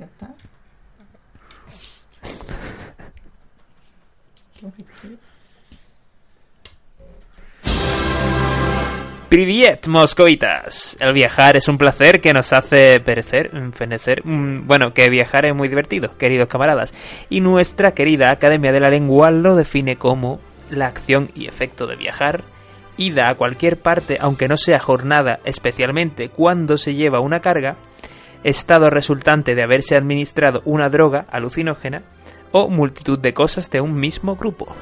Ya está. Priviet, moscovitas. El viajar es un placer que nos hace perecer, mm, fenecer. mm, Bueno, que viajar es muy divertido, queridos camaradas. Y nuestra querida Academia de la Lengua lo define como la acción y efecto de viajar. Ida a cualquier parte, aunque no sea jornada, especialmente cuando se lleva una carga, estado resultante de haberse administrado una droga alucinógena o multitud de cosas de un mismo grupo.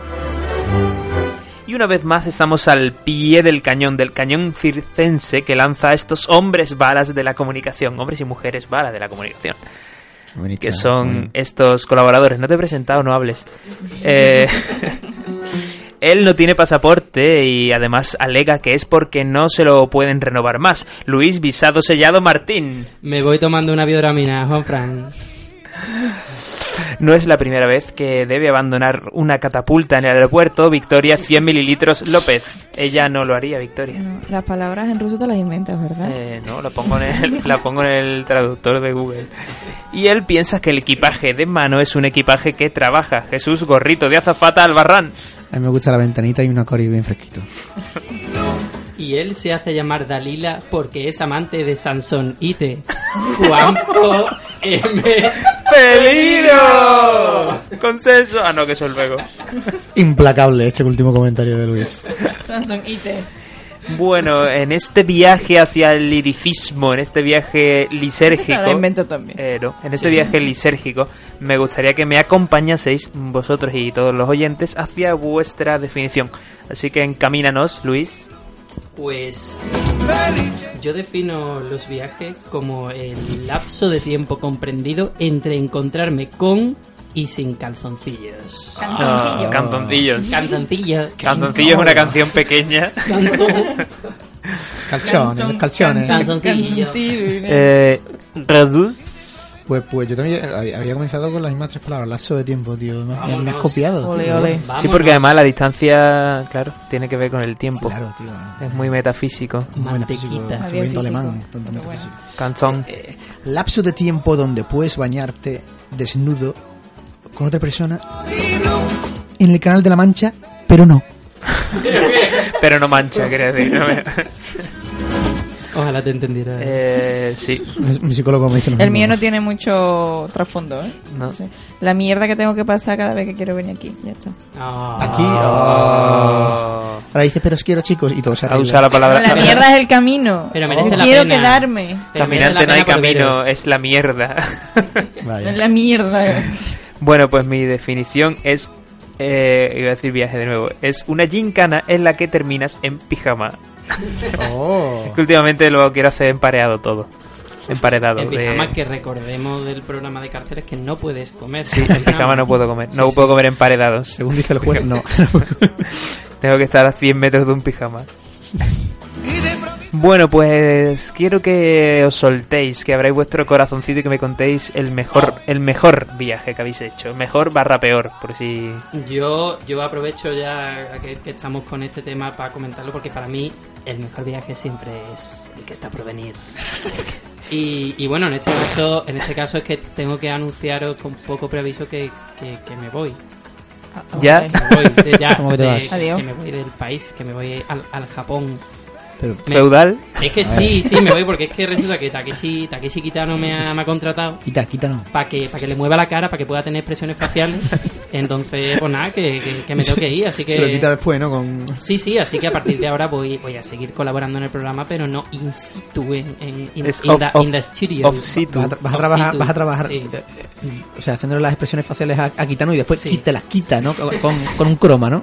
Y una vez más estamos al pie del cañón, del cañón circense que lanza a estos hombres balas de la comunicación, hombres y mujeres balas de la comunicación, que son estos colaboradores. No te he presentado, no hables. Eh, Él no tiene pasaporte y además alega que es porque no se lo pueden renovar más. Luis Visado Sellado Martín. Me voy tomando una biodramina, Juanfran. No es la primera vez que debe abandonar una catapulta en el aeropuerto. Victoria 100 mililitros López. Ella no lo haría, Victoria. No, las palabras en ruso te las inventas, ¿verdad? Eh, no, la pongo, en el, la pongo en el traductor de Google. Y él piensa que el equipaje de mano es un equipaje que trabaja. Jesús Gorrito de Azafata Albarrán. A mí me gusta la ventanita y una cori bien fresquito. Y él se hace llamar Dalila porque es amante de Sansón Ite. Juanjo M. ¡Peligro! Consenso. Ah, no, que eso es luego. Implacable este último comentario de Luis. Samsung IT. Bueno, en este viaje hacia el liricismo, en este viaje lisérgico. Lo invento también. Eh, no, en este viaje lisérgico, me gustaría que me acompañaseis, vosotros y todos los oyentes, hacia vuestra definición. Así que encamínanos, Luis. Pues yo defino los viajes como el lapso de tiempo comprendido entre encontrarme con y sin calzoncillos. Ah, Canzoncillos. Calzoncillos. Canzoncillos es una canción pequeña. Calzón. Calchones, calchones. Calzoncillo. Eh, Raduz. Pues, pues yo también había había comenzado con las mismas tres palabras, lapso de tiempo, tío. Me, me has Vámonos. copiado. Ole, tío. ole. Sí, porque además la distancia, claro, tiene que ver con el tiempo. Claro, tío. Es muy metafísico. Muy metafísico, Mantequita. estoy viendo Había alemán, físico. tanto Pero metafísico. Canzón. Eh, lapso de tiempo donde puedes bañarte desnudo con otra persona en el canal de la Mancha, pero no. Pero no mancha, quiero decir. no me- Ojalá te entendiera. Eh, sí. Mi mi psicólogo me dice lo El mismo. mío no tiene mucho trasfondo, ¿eh? No. Sí. La mierda que tengo que pasar cada vez que quiero venir aquí. Ya está. Ah. Aquí. oh. Oh. Ahora dice, pero os quiero, chicos, y todo se Ha arregla. usado Ah, la palabra. No, la mierda es el camino. Pero merece Yo la quiero pena. quedarme. Pero merece Caminante la no hay pena por camino, veros. es la mierda. Vaya. No es la mierda. bueno, pues mi definición es. eh, iba a decir viaje de nuevo. Es una gincana en la que terminas en pijama. Oh. Que últimamente lo quiero hacer empareado todo. Emparedado. En de- pijama, que recordemos del programa de cárceles que no puedes comer. Sí, en pijama no puedo comer. No puedo comer emparedados. Según dice el juez, no. Tengo que estar a 100 metros de un pijama. Bueno, pues quiero que os soltéis, que abráis vuestro corazoncito y que me contéis el Oh. mejor, el mejor viaje que habéis hecho. Mejor barra peor, por si... Yo, yo aprovecho ya que, que estamos con este tema para comentarlo porque para mí el mejor viaje siempre es el que está por venir. Y, y bueno, en este caso, en este caso es que tengo que anunciaros con poco preaviso que, que- que me voy. Ya. Ok. Me voy de- ya, ¿Cómo que te de- vas? Adiós. que me voy del país, que me voy al, al Japón. Pero, Me- Feudal. es que sí, sí, me voy porque es que resulta que Takeshi, Takeshi Kitano me ha- me ha contratado quita, quita no. para que, pa' que le mueva la cara, para que pueda tener expresiones faciales. Entonces, pues nada, que, que- que me tengo que ir, así que... Se lo quita después, ¿no? Con... Sí, sí, así que a partir de ahora voy, voy a seguir colaborando en el programa, pero no in situ, en, en- in, Es in off- the, off- in the studio. Off situ. Vas a, tra- vas a Off trabajar, situ. vas a trabajar Sí. eh, eh, o sea, haciendo las expresiones faciales a, a Kitano y después Sí. y te las quita, ¿no? Con, con un croma, ¿no?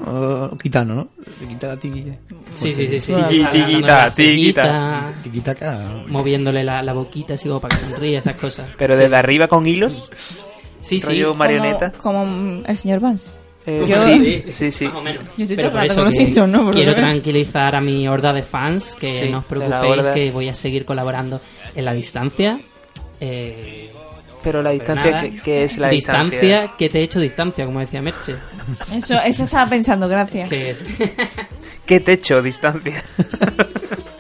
O- Kitano, ¿no? Te quita a ti. eh, Sí, sí, Ah. sí. sí. Tiki, Está tiki, dándole la tiki, cejita, Te quita acá. Moviéndole la, la boquita, así como para que sonríe, esas cosas. Pero desde arriba con hilos. Sí, sí. rollo marioneta. Como, como el señor Vance. Eh, Yo- sí, sí, sí. Más o menos. Yo Pero estoy todo el por rato eso con los que Simpsons, ¿no? Por quiero lo menos. tranquilizar a mi horda de fans que Sí, no os de la preocupéis, horda. que voy a seguir colaborando en la distancia. Eh, Pero la distancia, nada. que, que es la distancia, distancia? que te he hecho distancia, como decía Merche. Eso, eso estaba pensando, gracias. Que es- ¿Qué techo distancia?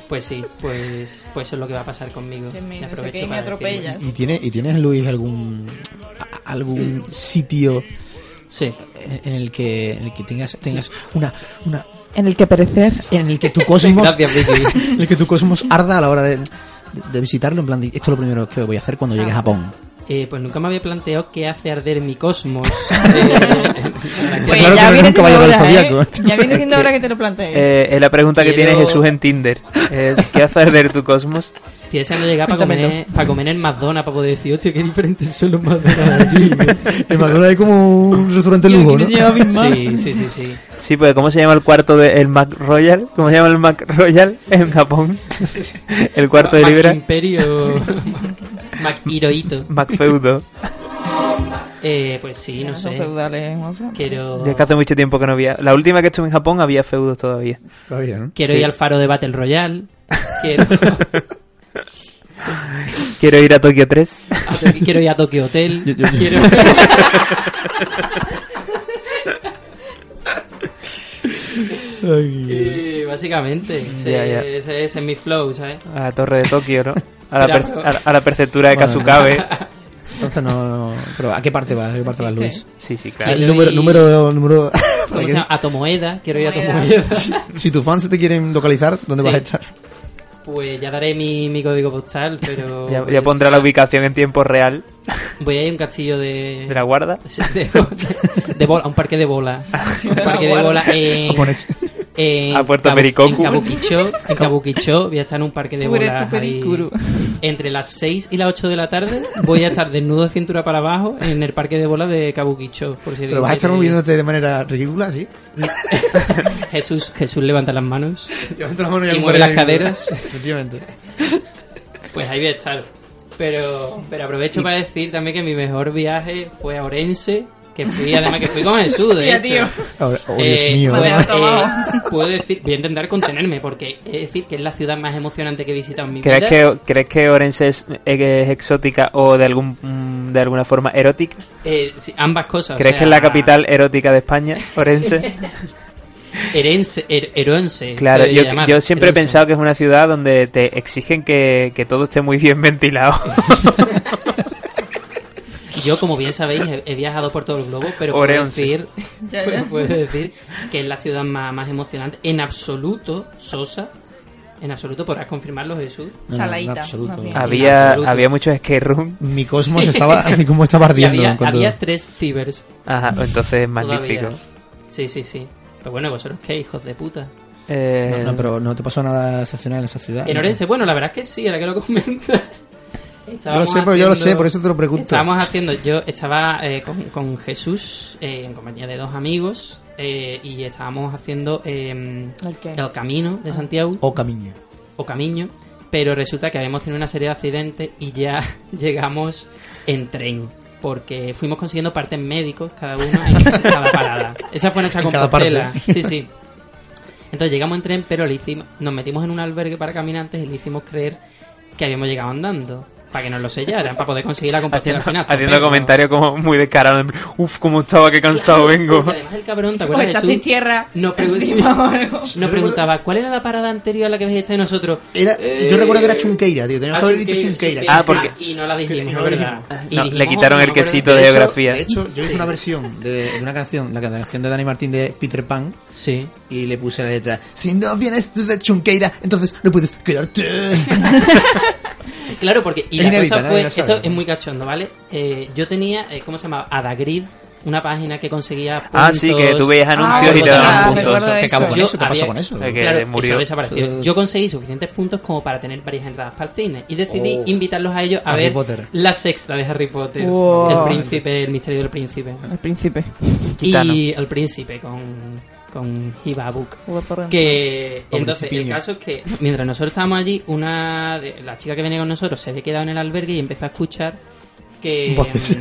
pues sí, pues, pues eso es lo que va a pasar conmigo. Que me, Y no sé aprovecho qué, me para decirlo. atropellas. ¿Y, tiene, ¿Y tienes, Luis, algún, a- algún sitio Sí. en en el que, en el que tengas, tengas una, una... En el que perecer. En el que tu cosmos... Gracias, Vicky. en el que tu cosmos arda a la hora de, de- de visitarlo. En plan, de, esto es lo primero que voy a hacer cuando llegue a Japón. Eh, pues nunca me había planteado qué hace arder mi cosmos. Eh, para que- Pues claro que no es un caballero del hora, ¿eh? zodiaco. Ya viene siendo hora que te lo plantees. Eh, es la pregunta que Quiero- tiene Jesús en Tinder. Eh, ¿Qué hace arder tu cosmos? Estoy deseando llegar para Cuéntamelo. comer, para comer en McDonald's, para poder decir, hostia, qué diferentes son los McDonald's de aquí. En Madrid hay como un restaurante lujo, ¿no? Sí, sí, sí, sí. Sí, pues ¿cómo se llama el cuarto del Mac Royal? ¿Cómo se llama el Mac Royal en Japón? El cuarto de Mac libra. Imperio. Mac Hirohito. Mac Feudo. Eh, pues sí, no Ya son sé. feudales, Juanfran. Quiero, Ya que hace mucho tiempo que no había. La última que estuve en Japón había feudos todavía. Todavía, ¿no? quiero ir al faro de Battle Royale. Quiero, Quiero ir a Tokio 3. a To- quiero ir a Tokyo Hotel. Yo- yo- yo- Quiero, eh, básicamente, ese- Ya, ya. Ese, ese es mi flow, ¿sabes? A la torre de Tokio, ¿no? A la, Pero- per- a la- a la prefectura de Bueno. Kasukabe. Entonces no... Pero ¿a qué parte vas? ¿A qué parte vas, Luis? Sí, sí, claro. El Quiero número... ir- número, número ¿Cómo se llama? A Tomoeda. Quiero ir a Tomoeda. Tomoeda. si tus fans te quieren localizar, ¿dónde Sí. vas a estar? Pues ya daré mi, mi código postal, pero. Ya, voy a ya pondrá la ubicación en tiempo real Voy a ir a un castillo de. de la guarda. Sí, de, de bola, a un parque de bola. un parque de guarda. bola en. en A Puerto Kabu- Pericoco. En Kabukicho, en Kabukicho voy a estar en un parque de Tú eres bola. tu pericuro. Entre las 6 y las 8 de la tarde voy a estar desnudo de cintura para abajo en el parque de bola de Kabukicho. Por si Pero vas a estar alguien quiere- moviéndote de manera ridícula, ¿sí? Jesús, Jesús levanta las manos. Levanta la mano Y algún mueve día las digo, caderas. Efectivamente. Pues ahí voy a estar. Pero, pero aprovecho para decir también que mi mejor viaje fue a Orense, que fui además que fui con Jesús, de Hostia, hecho. tío. Ahora, oh, Dios Eh, mío. puedo, Madre, ha tomado. eh, puedo decir, voy a intentar contenerme porque es decir que es la ciudad más emocionante que he visitado en mi vida. ¿Crees que, ¿Crees que Orense es, eh, es exótica o de algún mm, de alguna forma erótica? Eh, sí, ambas cosas. o ¿Crees sea, que es la capital erótica de España, Orense? Herense, Her- Heronse. Claro, er, se yo, debería llamar, yo siempre he Heronse. pensado que es una ciudad donde te exigen que, que todo esté muy bien ventilado. Yo, como bien sabéis, he, he viajado por todo el globo, pero puedo Orense. decir, Ya, puedo- ya. puedo decir que es la ciudad más, más emocionante. En absoluto, Sosa. En absoluto, podrás confirmarlo, Jesús. No, no, Chalaita, en absoluto. más bien. había, absoluto. había muchos escape room. Mi cosmos estaba, mi cosmos estaba Y ardiendo. había, en cuanto- había tres cibers. Ajá, entonces es Mm. todavía. magnífico. Sí, sí, sí. Pero bueno, vosotros qué, hijos de puta. Eh, No, no, pero no te pasó nada excepcional en esa ciudad. En Orense, bueno, la verdad es que sí, ahora que lo comentas. Yo lo Estábamos sé, pero yo lo sé, haciendo- por eso te lo pregunto. Estábamos haciendo, yo estaba eh, con, con Jesús, eh, en compañía de dos amigos, eh, y estábamos haciendo eh, ¿El qué? el camino de Santiago, O camino. o camino, pero resulta que habíamos tenido una serie de accidentes y ya llegamos en tren. Porque fuimos consiguiendo partes médicos cada uno en cada parada. Esa fue nuestra En cada parte. compostela. Sí, sí. Entonces llegamos en tren, pero le hicimos, nos metimos en un albergue para caminantes y le hicimos creer que habíamos llegado andando. Para que nos lo sellaran, para poder conseguir la compostela haciendo al final. haciendo Pero- comentarios como muy descarados. en plan, Uf, cómo estaba, qué cansado vengo. Porque además el cabrón, ¿te O acuerdas Pues echaste Jesús? Pues tierra. No, pero- encima o algo. Nos preguntaba, ¿cuál era la parada anterior a la que habéis estado y nosotros? Era, yo eh, recuerdo que era Chunqueira, tío. Teníamos Ah, que haber dicho Chunqueira, Chunqueira. Ah, porque- Y no la dijimos, No es la verdad. dijimos. Y No, dijimos, le quitaron "Oh, el me acuerdo". quesito de hecho- geografía. de hecho, yo hice una versión de, de una canción, la canción de Dani Martín de Peter Pan, Sí. y le puse la letra: Si no vienes desde Chunqueira, entonces no puedes quedarte. Claro, porque... Y Es la inédita, ¿eh? cosa ¿no? fue... Ya Esto sabes. es muy cachondo, ¿vale? Eh, yo tenía, eh, ¿cómo se llamaba? Adagrid, una página que conseguía Ah, sí, que tú puntos. veías anuncios Ah, y te daban verdad, puntos. recuerdo ¿Qué eso. acabó con Yo eso? ¿Qué pasó había- con eso? Eh, que Claro, murió. eso desapareció. Yo conseguí suficientes puntos como para tener varias entradas para el cine y decidí Oh. invitarlos a ellos a Harry ver Potter. la sexta de Harry Potter, Wow. el príncipe, el misterio del príncipe El príncipe. Gitano. y el príncipe con con Hibabuk. Uva por dentro. Que Hombre, entonces el Cipiño. caso es que mientras nosotros estábamos allí, una de, la chica que venía con nosotros se había quedado en el albergue y empezó a escuchar que Voces.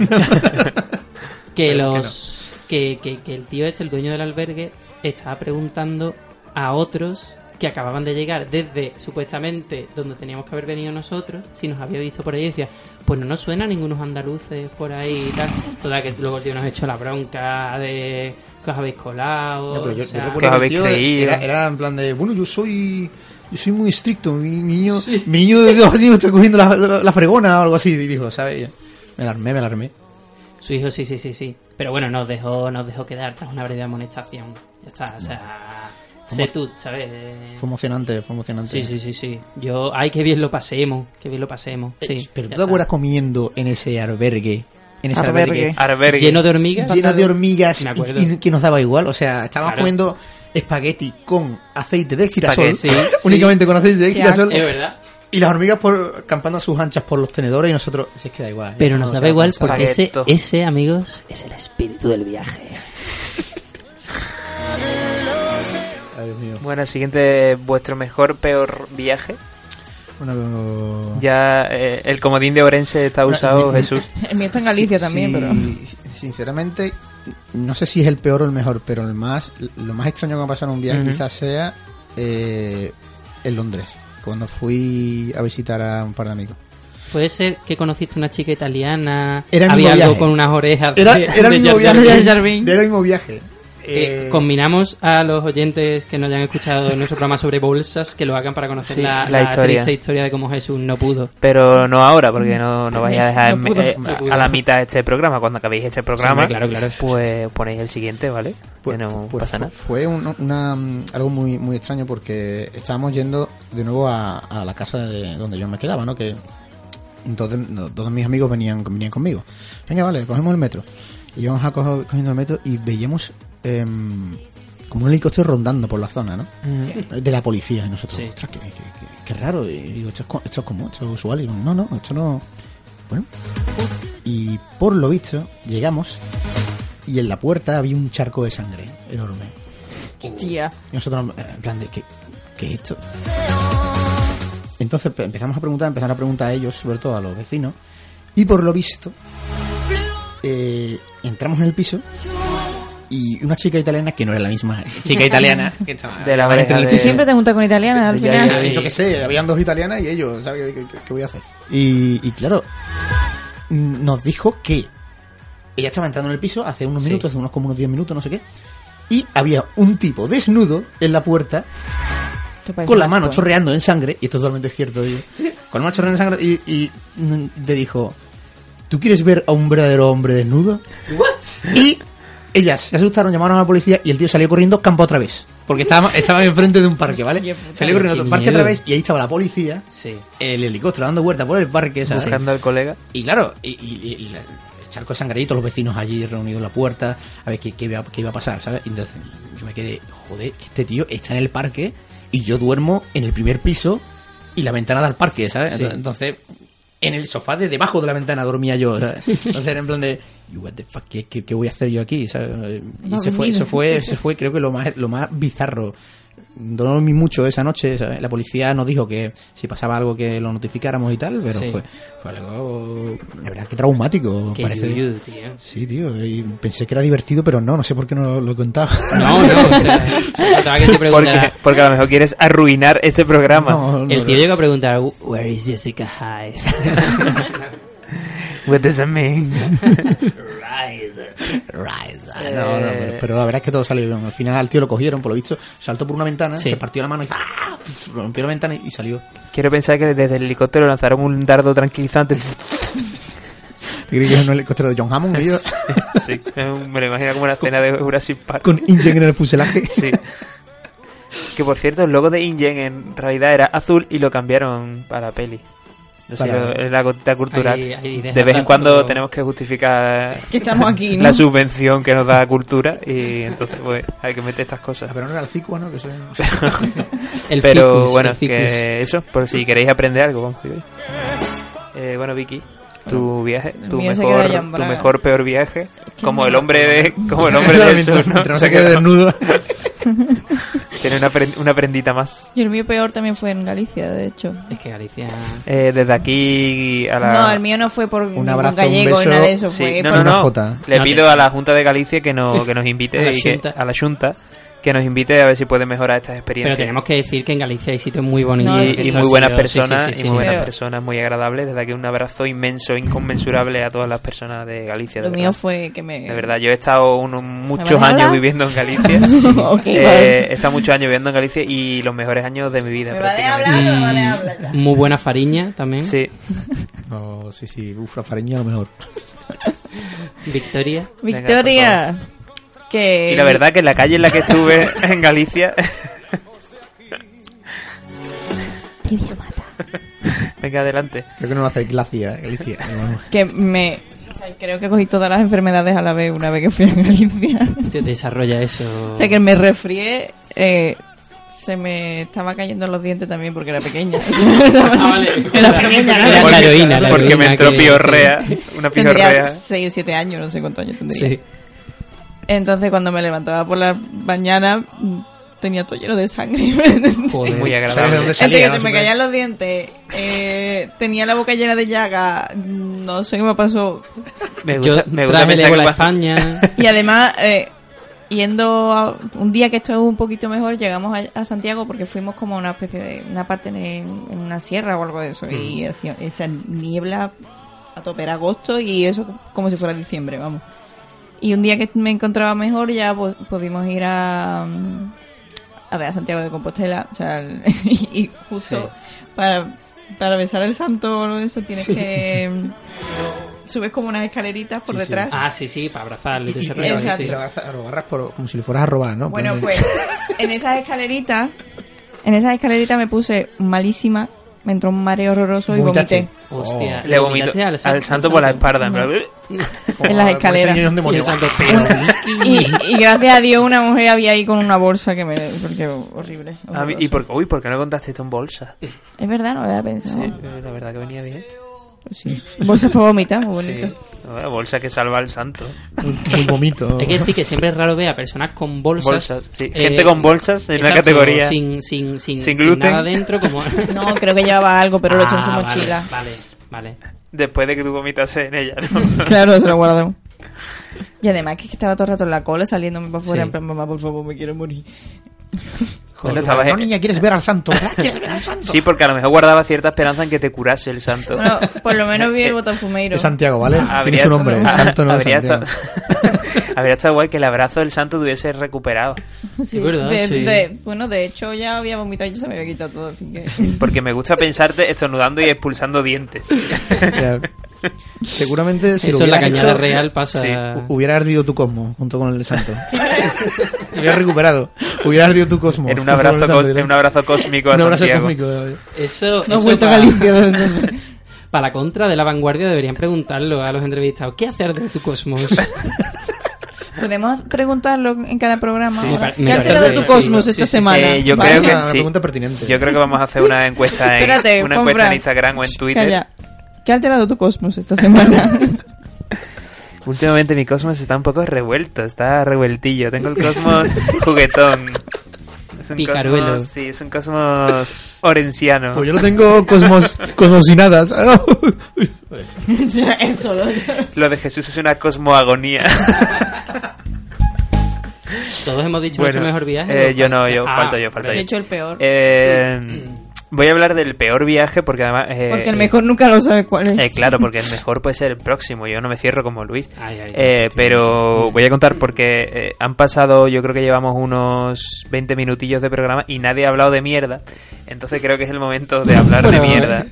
que los que, que- que el tío este, el dueño del albergue, estaba preguntando a otros que acababan de llegar desde supuestamente donde teníamos que haber venido nosotros, si nos había visto por ahí, y decía, pues no nos suena ningunos andaluces por ahí y tal. Toda que luego el tío nos echó la bronca de que os habéis colado. No, pero yo, o yo sea, Que os recuerdo que el habéis tío creído. era, era en plan de, bueno, yo soy yo soy muy estricto, mi niño, mi niño de dos años está cogiendo la, la- la fregona o algo así, y dijo, ¿sabes? Me la armé, me la armé. Su hijo, sí, sí, sí, sí. Pero bueno, nos dejó, nos dejó quedar tras una breve amonestación. Ya está, o sea. Sé Fuimos- tú, ¿sabes? Fue emocionante, fue emocionante. Sí, sí, sí, sí. Yo, ay, qué bien lo pasemos, qué bien lo pasemos. Eh, Sí, pero ya tú te está. acuerdas comiendo en ese albergue, en ese Albergue. albergue, Arbergue. Lleno de hormigas. lleno de hormigas Me acuerdo. y, y que nos daba igual, o sea, estábamos Claro. comiendo espagueti con aceite de girasol, Espagueti, sí. únicamente con aceite de Qué girasol, Es verdad. y las hormigas por, campando a sus anchas por los tenedores y nosotros, si es que da igual. Pero esto nos daba no se va a igual pasar. porque ese, Pagueto. ese, amigos, es el espíritu del viaje. Ay, Dios mío. Bueno, siguiente, vuestro mejor, peor viaje. Bueno, Ya eh, el comodín de Orense está Una- usado, mi- Jesús. El mío está en Galicia Sí, también, sí, pero. Sinceramente, no sé si es el peor o el mejor, pero el más, lo más extraño que me ha pasado en un viaje Ujú. quizás sea eh, en Londres, cuando fui a visitar a un par de amigos. Puede ser que conociste una chica italiana. Era el había mismo algo viaje. con unas orejas. Era, de- era de el mismo Jar Jar viaje. Binks. Jar Jar Binks. Era el mismo viaje. Eh, Eh, combinamos a los oyentes que nos hayan escuchado en nuestro programa sobre bolsas que lo hagan para conocer Sí, la, la la historia. triste historia de cómo Jesús no pudo. Pero no ahora, porque no, no vais a dejar No pudo. eh, No pudo. a, a la mitad este programa. Cuando acabéis este programa, hombre, claro, claro. pues ponéis el siguiente, ¿vale? pues- que no pues pasa fu- nada. fue un- una, mm, algo muy, muy extraño porque estábamos yendo de nuevo a, a la casa de donde yo me quedaba, ¿no? Que entonces no, todos mis amigos venían, venían conmigo. Venga, vale, cogemos el metro. Y íbamos a coger- cogiendo el metro y veíamos em, como un helicóptero rondando por la zona, ¿no? Mm. De la policía. Y nosotros, Sí. ostras, qué, qué- qué- qué raro. Y digo, esto es, co- esto es como, esto es usual. Y digo, no, no, esto no. Bueno. Y por lo visto, llegamos y en la puerta había un charco de sangre enorme. Hostia. Y nosotros, eh, en plan de, ¿qué, qué es esto? Entonces pe- empezamos a preguntar, empezaron a preguntar a ellos, sobre todo a los vecinos. Y por lo visto, eh, entramos en el piso y una chica italiana, que no era la misma chica italiana, que estaba... De la oreja Tú siempre te juntas con italianas al Ya, ya, final. Sí. Yo qué sé, habían dos italianas y ellos, ¿sabes qué, qué- qué voy a hacer? Y, y claro, mm, nos dijo que ella estaba entrando en el piso hace unos minutos, hace unos como unos 10 minutos, no sé qué, y había un tipo desnudo en la puerta Te parece con la más mano cool. chorreando en sangre, y esto es totalmente cierto, tío, con la mano chorreando en sangre y, y, mm, te dijo, ¿tú quieres ver a un verdadero hombre desnudo? Y ellas se asustaron, llamaron a la policía y el tío salió corriendo campo otra vez. Porque estaba, estaba enfrente de un parque, ¿vale? Qué puta, Salió corriendo qué al parque miedo. otra vez y ahí estaba la policía, Sí. el helicóptero dando vuelta por el parque, ¿sabes? buscando al colega. Y claro, y, y- y la- el charco de sangre y todos los vecinos allí reunidos en la puerta, a ver qué, qué, iba, qué iba a pasar, ¿sabes? Y entonces yo me quedé, joder, que este tío está en el parque y yo duermo en el primer piso y la ventana del parque, ¿sabes? Sí. Entonces, en el sofá de debajo de la ventana dormía yo, ¿sabes? Entonces era en plan de, "You, what the fuck, ¿qué, qué- qué voy a hacer yo aquí? ¿sabes? Y No, se fue, mira. se fue, se fue, creo que lo más, lo más bizarro. No dormí mucho esa noche, ¿sabes? La policía nos dijo que si pasaba algo que lo notificáramos y tal, pero Sí. fue, fue algo, la verdad, que traumático. Qué parece. yuyu, tío. Sí, tío, y pensé que era divertido, pero no, no sé por qué no lo contaba. No, no, o sea, faltaba que te ¿eh? Porque, preguntara. porque a lo mejor quieres arruinar este programa. No, no, El tío no. llegó a preguntar, Where is Jessica Hyde? What does that mean? Rise. Right. No, no, pero, pero la verdad es que todo salió bien. Al final al tío lo cogieron, por lo visto, saltó por una ventana, Sí. se partió la mano y ¡ah! rompió la ventana y salió. Quiero pensar que desde el helicóptero lanzaron un dardo tranquilizante. ¿Te crees que es un helicóptero de John Hammond? tío? Sí, me lo imagino como una escena de Jurassic Park. Con Ingen en el fuselaje. Sí. Que por cierto, el logo de Ingen en realidad era azul y lo cambiaron para la peli. No sé, Para- lo- es la gota cultural. Ahí- ahí deja de vez en tanto- cuando tenemos que justificar Que estamos aquí, ¿no? la subvención que nos da cultura y entonces pues hay que meter estas cosas. Ah, Pero no era el Cicua, ¿no? Que eso es- El Pero ficus, bueno, el ficus. que eso, por si queréis aprender algo, vamos. digo yo. Eh, bueno, Vicky, tu viaje, tu mío se queda mejor, ya en tu Braga. mejor peor viaje, que como no el me hombre de, como el hombre de Mientras eso, mientras ¿no? no se quede desnudo. Tiene una, pre- una prendita más. Y el mío peor también fue en Galicia, de hecho. Es que Galicia. Eh, desde aquí a la... No, el mío no fue por un abrazo, gallego un ni nada de beso. eso. Sí, fue no, por- no, una no. jota. Le No, pido que- a la Junta de Galicia que, nos que nos invite A la y que- Xunta. a la Junta que nos invite a ver si puede mejorar estas Pero experiencias. tenemos que decir que en Galicia hay sitios muy bonitos. No, y, sí, y Esto muy ha buenas sido- sí, personas, sí, sí, y sí. muy buenas Pero- personas, muy agradables. Desde aquí un abrazo inmenso, inconmensurable a todas las personas de Galicia. De Lo verdad. mío fue que me... De verdad, yo he estado unos muchos ¿Sabes años hablar? viviendo en Galicia. Ok, Eh, vale. he estado muchos años viviendo en Galicia y los mejores años de mi vida. ¿Me va de prácticamente. hablar o me va de Mm, hablar ya? muy buena fariña también. Sí, Oh, sí, sí, uf, la fariña a lo mejor. Victoria. Victoria, que... y la verdad que la calle en la que estuve en Galicia. Venga, adelante. Creo que no lo hace Glacia, eh, Galicia. No, Que me... o sea, creo que cogí todas las enfermedades a la vez una vez que fui a Galicia. Te desarrolla eso. o sea, que me resfrié... eh, se me estaba cayendo los dientes también porque era pequeña. Ah, vale. Era pequeña, ¿no? Era Ah, la Porque- heroína, la Porque me heroína entró que- piorrea. Una Tendría piorrea. 6 o 7 años, no sé cuántos años tendría. Sí. Entonces cuando me levantaba por la mañana mm, tenía todo lleno de sangre. Joder. Muy ¿Sabes de agradable. dónde salía, Entre que no? se me Siempre- caían los dientes, eh, tenía la boca llena de llaga, no sé qué me pasó. Me Yo gusta, me gusta travelé pensar que por la va- España. Y además, eh, yendo a- un día que esto es un poquito mejor, llegamos a, a Santiago porque fuimos como a una especie de una parte en, en una sierra o algo de eso. Y Mm. hacía- esa niebla a tope era agosto y eso como si fuera diciembre, vamos. Y un día que me encontraba mejor ya pues, pudimos ir a, mm, a ver a Santiago de Compostela. O sea, el- y justo para, para besar al santo o algo de eso tienes Sí. que... mm, Subes como unas escaleritas por Sí, sí. detrás. Ah, sí, sí, para abrazarle. Y, todo y- ese y rollo, Exacto. sí. lo agarras- lo agarras por- como si lo fueras a robar, ¿no? Bueno, Pero- pues en esas escaleritas, en esas escaleritas me puse malísima, me entró un mareo horroroso y Vomitaste. vomité Hostia. Oh. Le vomito ¿Vomitaste al santo, por la espalda. en plan, en las Como escaleras. ese niño es un Y demonio. el santo pero. Y, y gracias a Dios una mujer había ahí con una bolsa que me... Porque horrible. "Ah, horroroso. ¿Y por, uy, ¿por qué no contaste esto en bolsa? Sí, Es verdad, no lo había pensado. Pues eh, la verdad que venía bien. Sí. Bolsas para vomitar, muy bonito. Sí. Ah, Bolsa que salva al santo. Un vomito. Hay que decir que siempre es raro ver a personas con bolsas. Eh, Bolsas, sí. Gente con bolsas en una categoría. Sin, sin, sin, Sin sin gluten. nada dentro, como. No, creo que llevaba algo, pero lo echó en su Ah, vale, mochila. Vale, vale. Después de que tú vomitaste en ella, ¿no? Claro, se lo guardó. Y además que es que estaba todo el rato en la cola saliéndome para afuera Sí. en plan, mamá, por favor, me quiero morir. Joder. Bueno, estabas No, en- niña, quieres ver al santo. ¿verdad? ¿Quieres ver al santo? Sí, porque a lo mejor guardaba cierta esperanza en que te curase el santo. Bueno, por lo menos vi el botafumeiro. Es Santiago, ¿vale? Tiene Habría su nombre. estado- Santo no es habría, Santiago. estado, habría estado guay que el abrazo del santo tuviese recuperado. Sí, Es verdad, de- sí. de- bueno, de hecho ya había vomitado y ya se me había quitado todo, así que... Porque me gusta pensarte estornudando y expulsando dientes. Ya. Seguramente si Eso lo en la hubieras cañada hecho, real pasa. Sí. hu- Hubiera ardido tu cosmo junto con el del santo. Te hubieras recuperado. Hubiera ardido tu cosmo. En un junto con el abrazo, santo, cos- en un abrazo cósmico a Un abrazo Santiago. cósmico. Eso. No he eso vuelto a para- Galicia desde entonces. Para la contra de la vanguardia deberían preguntarlo a los entrevistados. ¿Qué hacer de tu cosmos? Podemos preguntarlo en cada programa. Sí, ahora? pa- me ¿Qué ha parece alterado bien, tu sí, cosmos sí, esta sí, semana? sí, Eh, yo Vale, creo una que sí. pregunta pertinente. Yo creo que vamos a hacer una encuesta en, Espérate, una Juan encuesta en Fran. Instagram o en Twitter. Calla. ¿Qué ha alterado tu cosmos esta semana? Últimamente mi cosmos está un poco revuelto, está revueltillo. Tengo el cosmos juguetón. Es un Picaruelo. cosmos, sí, es un cosmos orenciano. Pues yo lo tengo cosmos, cosmosinadas. Ya, él solo. Lo de Jesús es una cosmoagonía. Todos hemos dicho Bueno, nuestro mejor viaje. eh, yo no, yo, Ah, falto yo, falto De vale. yo. hecho, el peor. Eh, voy a hablar del peor viaje porque además... eh, Porque el mejor nunca lo sabe cuál es. eh, claro, porque el mejor puede ser el próximo. Yo no me cierro como Luis. Ay, ay, Eh, pero voy a contar porque eh, han pasado, yo creo que llevamos unos 20 minutillos de programa y nadie ha hablado de mierda. Entonces creo que es el momento de hablar de Bueno, mierda.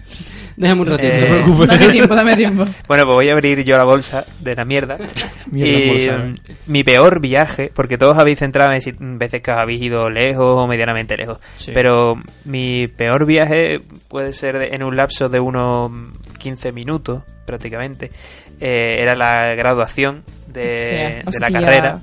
Déjame un ratito. Eh, no te preocupes. Dame tiempo, dame tiempo. Bueno, pues voy a abrir yo la bolsa de la mierda. Mierda y bolsa, eh. mm, mi peor viaje, porque todos habéis entrado en si- veces que os habéis ido lejos o medianamente lejos. Sí. Pero mi peor viaje puede ser de- en un lapso de unos 15 minutos, prácticamente. Eh, era la graduación Eh, de, de Hostia, la hostia. carrera.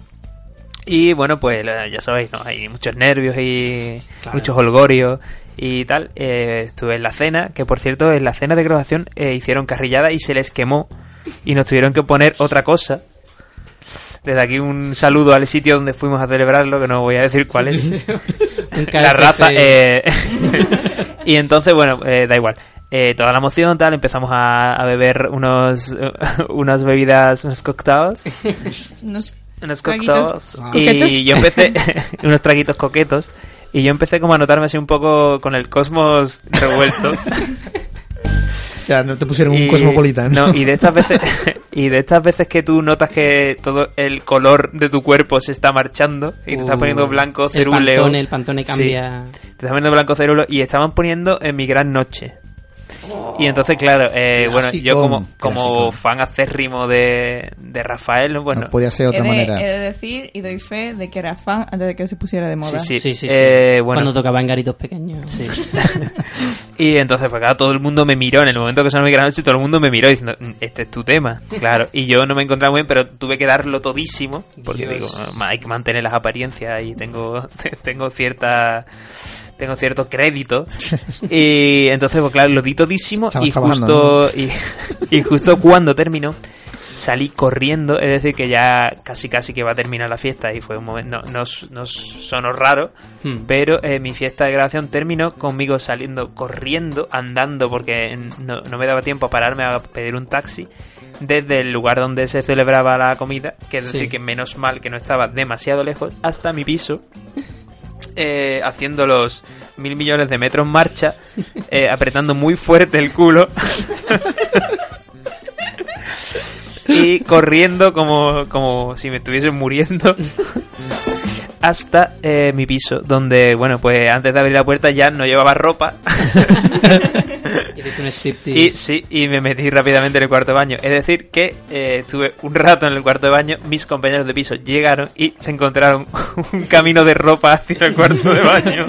Y bueno, pues la- ya sabéis, ¿no? Hay muchos nervios y Claro. muchos holgorios y tal. Eh, estuve en la cena, que por cierto, en la cena de graduación eh, hicieron carrillada y se les quemó. Y nos tuvieron que poner otra cosa. Desde aquí un saludo al sitio donde fuimos a celebrarlo, que no voy a decir cuál es. la Un KFC. raza. eh, y entonces, bueno, eh, da igual. Eh, toda la emoción, tal, empezamos a, a beber unos unas bebidas, unos cocktails. Unos Unos traguitos cocktails. coquetos. Y yo empecé, unos traguitos coquetos. Y yo empecé como a notarme así un poco con el cosmos revuelto. Ya, no te pusieron Y- un cosmopolitan. No, y de estas veces y de estas veces que tú notas que todo el color de tu cuerpo se está marchando y te está Uh, poniendo blanco el cerúleo. pantone, el pantone cambia. Sí, te está poniendo blanco cerúleo y estaban poniendo en mi gran noche. Oh. Y entonces, claro, eh, bueno, yo como, Clasicón, como clasicón. fan acérrimo de, de Rafael, bueno, No podía ser de he, de, otra manera. he de decir y doy fe de que era fan antes de que se pusiera de moda. Sí, eh, bueno. Cuando tocaba en garitos pequeños. Y entonces, pues claro, todo el mundo me miró. En el momento que sonó mi gran noche, todo el mundo me miró diciendo, "Mm, este es tu tema. Claro. Y yo no me encontraba muy bien, pero tuve que darlo todísimo. Porque Dios. digo, "Ah, ma- hay que mantener las apariencias y tengo, tengo cierta. Tengo cierto crédito. Y entonces, pues claro, lo di todísimo. Estabas Y trabajando, justo, y, y justo cuando terminó, salí corriendo. Es decir, que ya casi casi que va a terminar la fiesta. Y fue un momento. No, no, no sonó raro. Hmm. Pero eh, mi fiesta de grabación terminó conmigo saliendo corriendo, andando, porque no, no me daba tiempo a pararme a pedir un taxi desde el lugar donde se celebraba la comida, que es Sí. decir, que menos mal que no estaba demasiado lejos, hasta mi piso, eh, haciendo los mil millones de metros marcha, eh, apretando muy fuerte el culo. y corriendo como, como si me estuviese muriendo hasta eh, mi piso, donde, bueno, pues antes de abrir la puerta ya no llevaba ropa Hiciste un striptease. y sí, y me metí rápidamente en el cuarto de baño. Es decir, que eh, estuve un rato en el cuarto de baño, mis compañeros de piso llegaron y se encontraron un camino de ropa hacia el cuarto de baño.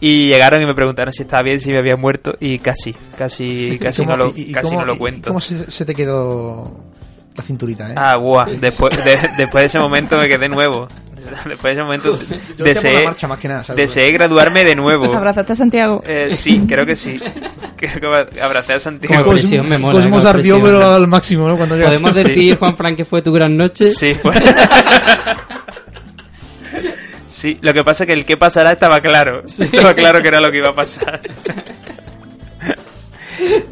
Y llegaron y me preguntaron si estaba bien, si me había muerto y casi, casi, ¿Y casi cómo- no lo, y- y casi cómo- no lo y- cuento. ¿Cómo se, se te quedó la cinturita, eh? Ah, guau. Después, de, después de ese momento me quedé nuevo. Después de ese momento Yo lo hacía por la deseé, marcha más que nada, ¿sabes? deseé graduarme de nuevo. Abrazaste a Santiago. Eh, sí, creo que sí. Creo que abra- abracé a Como Santiago. Cos- presión me mola, Cosmos como ardió, presión. pero al máximo, ¿no? Cuando llegaste. ¿Podemos decir, Juan Frank, que fue tu gran noche? Sí, pues. Sí, lo que pasa es que el qué pasará estaba claro. Estaba claro que era lo que iba a pasar.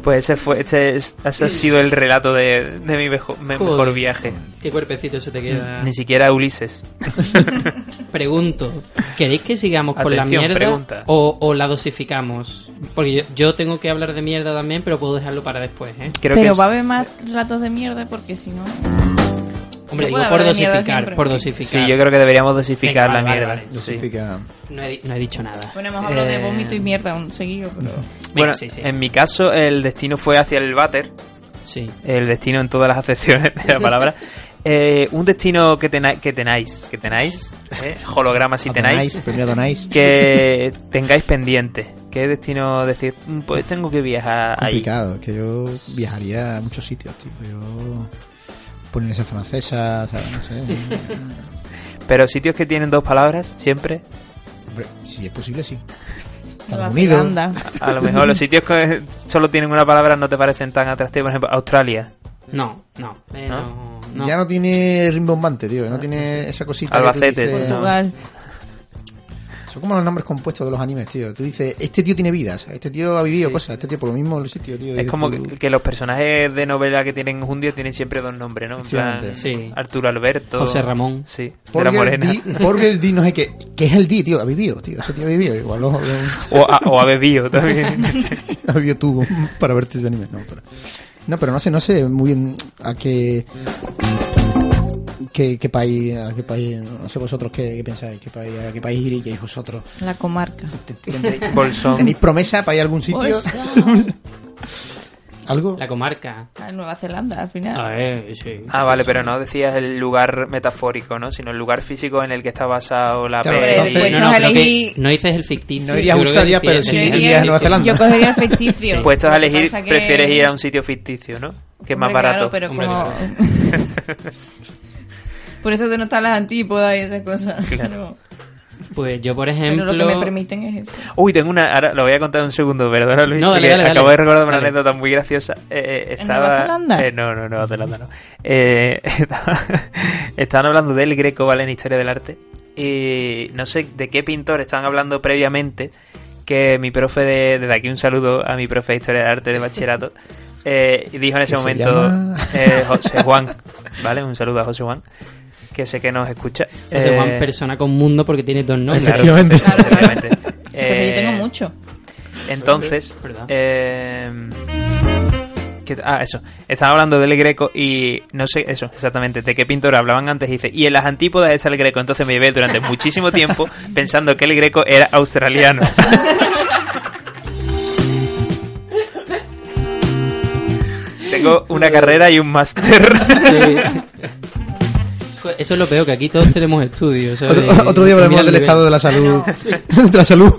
Pues ese fue, este, es- ese ha sido el relato de, de mi mejo- me- Joder. mejor viaje. Qué cuerpecito se te queda. Ni siquiera Ulises. Pregunto, ¿queréis que sigamos con Atención, la pregunta. mierda o, o la dosificamos? Porque yo, yo tengo que hablar de mierda también, pero puedo dejarlo para después, ¿eh? Creo que Pero es- va a haber más relatos de mierda porque si no... Hombre, Se digo puede por hablar de mierda dosificar, siempre. por dosificar. Sí, yo creo que deberíamos dosificar Venga, la vale, mierda. vale, vale. Sí. Justifica. no, he, di- no he dicho nada. Bueno, hemos hablado de Eh, vómito y mierda un seguido, pero... venga, Bueno, sí, sí. en mi caso el destino fue hacia el váter, Sí. el destino en todas las acepciones de la palabra. Eh, un destino que, tena- que tenáis, que tenáis, eh, holograma Ah, si tenáis, Adonáis, Premio Adonáis. que tengáis pendiente. ¿Qué destino decir? "Mm, Pues tengo que viajar ahí. Complicado, que yo viajaría a muchos sitios, tío. Yo. Polinesias francesas, ¿sabes? No sé. Pero sitios que tienen dos palabras, siempre. Hombre, si es posible, sí. Nueva Estados Unidos. Zelanda. A lo mejor los sitios que solo tienen una palabra no te parecen tan atractivos. Por ejemplo, Australia. No, no. eh, no, no. Ya no tiene rimbombante, tío. No tiene esa cosita. que tú Albacete. dices- Portugal. Son como los nombres compuestos de los animes, tío. Tú dices, este tío tiene vidas, este tío ha vivido cosas, este tío por lo mismo el sitio, tío. Es Dices como tú, que, que los personajes de novela que tienen un día tienen siempre dos nombres, ¿no? En plan, Efectivamente. Sí. Arturo Alberto. José Ramón. Sí, de la Burger Morena. D, Burger D, no sé qué. ¿Qué es el D, tío? Ha vivido, tío. Ese tío ha vivido. Igual lo, lo- O a, o a Bebío también. ha vivido tú para verte ese anime. No, pero no, pero no sé, no sé muy bien a qué. ¿Qué, qué país, a qué país, no sé vosotros qué, qué pensáis, qué país, a qué país iríais vosotros. La comarca. Pues, ¿Te- tendréis- Bolsón. ¿Tenéis promesa para ir a algún sitio? ¿Algo? Pues, La comarca. Ah, Nueva Zelanda, al A final. ver, sí. Ah, vale, pero no decías el lugar metafórico, ¿no? Sino el lugar físico en el que está basado la Claro, peli. entonces- no, no, creo elegí- que no dices el ficticio. No irías a yo creo que Australia, pero decías sí el Yo irías ficticio. a Nueva Zelanda. Yo cogería el ficticio. Sí. Puestos a Lo que elegir, pasa que- prefieres ir a un sitio ficticio, ¿no? Que es más Hombre, barato. claro, pero Hombre, como... Por eso se notan las antípodas y esas cosas. Claro. Pero- Pues yo, por Pero ejemplo... lo que me permiten es eso. Uy, tengo una. Ahora lo voy a contar un segundo, perdona Luis. No, dale, porque dale, dale. acabo de recordar una Dale. anécdota muy graciosa. Eh, eh, ¿En estaba, Nueva Zelanda? Eh, no, no, Nueva Zelanda no. Eh, estaba- estaban hablando del Greco, ¿vale? En Historia del Arte. Y no sé de qué pintor estaban hablando previamente. Que mi profe de. Desde aquí un saludo a mi profe de Historia del Arte de Bachillerato. eh, y dijo en ese Que se momento. llama- eh, José Juan, ¿vale? Un saludo a José Juan. Que sé que nos escucha. José Juan, Eh, persona con mundo porque tiene dos nombres. claro, Efectivamente. efectivamente. Entonces yo tengo Eh, mucho. entonces, Perdón. eh, que- ah, eso. Estaba hablando del Greco y no sé eso exactamente de qué pintor hablaban antes. Y dice, y en las antípodas está el Greco. Entonces me llevé durante muchísimo tiempo pensando que el Greco era australiano. Tengo una carrera y un máster. Sí. Pues Eso es lo peor, que aquí todos tenemos estudios. eso Otro, de- otro día de hablaremos mirar del el estado de nivel. la salud, de la salud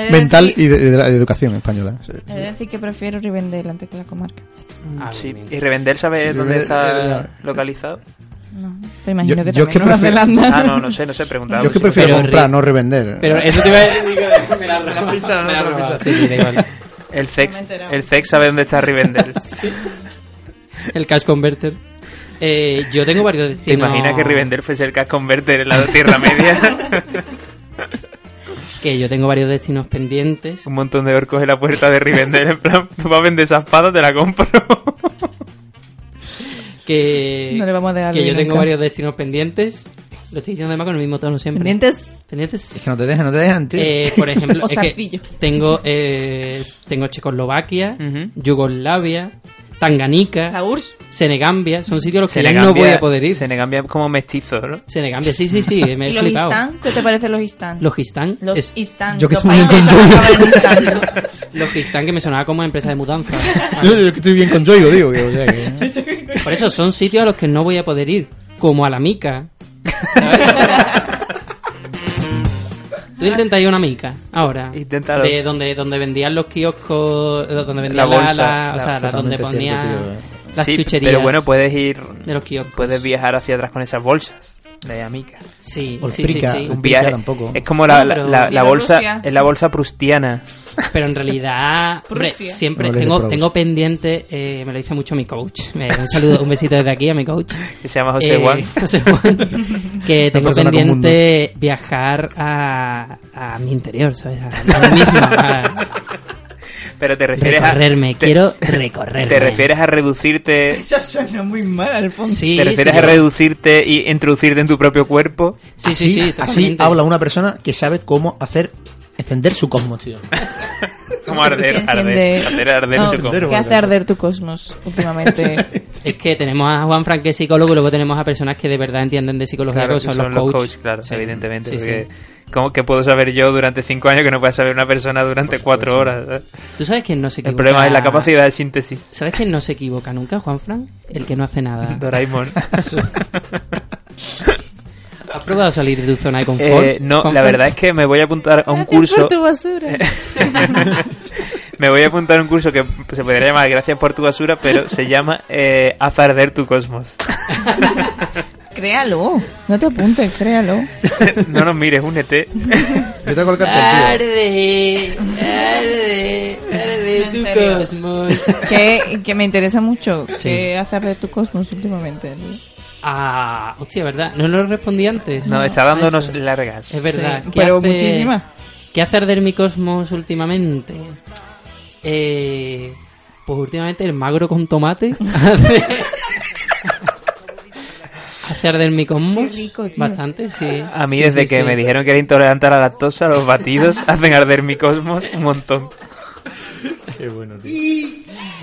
Eh, mental sí. y de, de la educación española. Sí. Eh, Es decir, que prefiero Rivendell antes que la comarca. Ah, Sí, bien, y bien. Revender sabe Sí, dónde Revendell, está eh, localizado. No, te imagino Yo- que yo también es que en Nueva prefiero- Zelanda. Ah, no, no sé, no sé, preguntaba. Yo es que si- prefiero Pero comprar, re- no revender. Pero eso te iba a decir. Me la robas, pisado, me la no te lo robas. pisado. Sí, sí, da igual. El No sex, me he enterado. el sex sabe dónde está Rivendell. El cash converter. Eh, yo tengo varios destinos. ¿Te imaginas que Rivendell fuese el Cash Converter en la Tierra Media? Que yo tengo varios destinos pendientes. Un montón de orcos en la puerta de Rivendell. En plan, tú vas a vender esa espada, te la compro. Que, No le vamos a dejar que yo dinero tengo nunca. varios destinos pendientes. Lo estoy diciendo además con el mismo tono siempre. Pendientes. Pendientes. Es que no te dejan, no te dejan, tío. Eh, por ejemplo, O es que zarcillo. tengo, eh, tengo Checoslovaquia, Ujú. Yugoslavia, Tanganica, La URSS. Senegambia. Son sitios a los que ya no voy a poder ir. Senegambia es como mestizo, ¿no? Senegambia, sí, sí, sí, me he ¿Y los flipado. Istán? ¿Qué te parece los Istán? Logistán. Los es- Istán. Yo que los estoy bien países con que Yuyo. acaban en Istán. Logistán, que me sonaba como empresa de mudanza. Yo, yo que estoy bien con Yoigo, digo. que, o sea, que- Por eso son sitios a los que no voy a poder ir, como a la mica. Tú intentas ir a una mica ahora. Inténtalo. De donde, donde vendían los kioscos, eh, donde vendían La la, bolsa, la- o la- sea, la- donde totalmente ponía cierto, tío. las eh. Sí, chucherías. Pero bueno, puedes ir. de los kioscos. Puedes viajar hacia atrás con esas bolsas. De amica. Sí, Por sí, prica. sí, sí. Un viaje. tampoco. Es como la, No, pero- la- la- la bolsa. Bielorrusia. Es la bolsa prustiana. Pero en realidad, hombre, Prusia. siempre No hables de tengo, Proust. tengo pendiente, eh, me lo dice mucho mi coach. Me- Un saludo, un besito desde aquí a mi coach. Que se llama José Eh, Juan. José Juan. Que tengo persona con pendiente viajar a, a mi interior, ¿sabes? A, a mí mismo. A Pero te refieres recorrerme. a. te- Quiero recorrerme. Te refieres a reducirte. Eso suena muy mal, Alfonso. Sí, ¿Te refieres sí, a reducirte y introducirte en tu propio cuerpo? Sí, sí, así, sí. así totalmente. habla una persona que sabe cómo hacer encender su cosmos, tío. Como arder, Enciende- arder, hacer arder No, su cosmos. ¿Qué hace arder tu cosmos últimamente? Es que tenemos a Juan Frank, que es psicólogo, y luego tenemos a personas que de verdad entienden de psicología, Claro, que que son, son los coaches. coach, claro, evidentemente. Sí, sí. porque ¿Cómo que puedo saber yo durante cinco años que no puede saber una persona durante cuatro horas? ¿sabes? Tú sabes que no se equivoca. El problema es la capacidad de síntesis. ¿Sabes quién no se equivoca nunca, Juan Frank? El que no hace nada. Doraemon. ¿Has probado salir de tu zona de confort? Eh, no, Juan la Frank? verdad es que me voy a apuntar a un Gracias por curso. tu basura. Me voy a apuntar a un curso que se podría llamar Gracias por tu basura, pero se llama eh, Haz arder tu cosmos. créalo. No te apuntes, créalo. no nos mires, únete. Yo tengo el cartel, tío. arde, arde En serio. cosmos. Que, que me interesa mucho Sí. qué hacer de tu cosmos últimamente. ¿no? Ah, hostia, ¿verdad? No lo respondí antes. Nos está Ah, dándonos eso. largas. Es verdad. Sí, ¿Qué pero hace- muchísimas. ¿Qué hace arder mi cosmos últimamente? Eh, pues últimamente el magro con tomate hace, hace arder mi cosmos. Qué rico, tío. Bastante, sí. A mí Sí, desde sí, que sí. me dijeron que era intolerante a la lactosa, los batidos hacen arder mi cosmos un montón.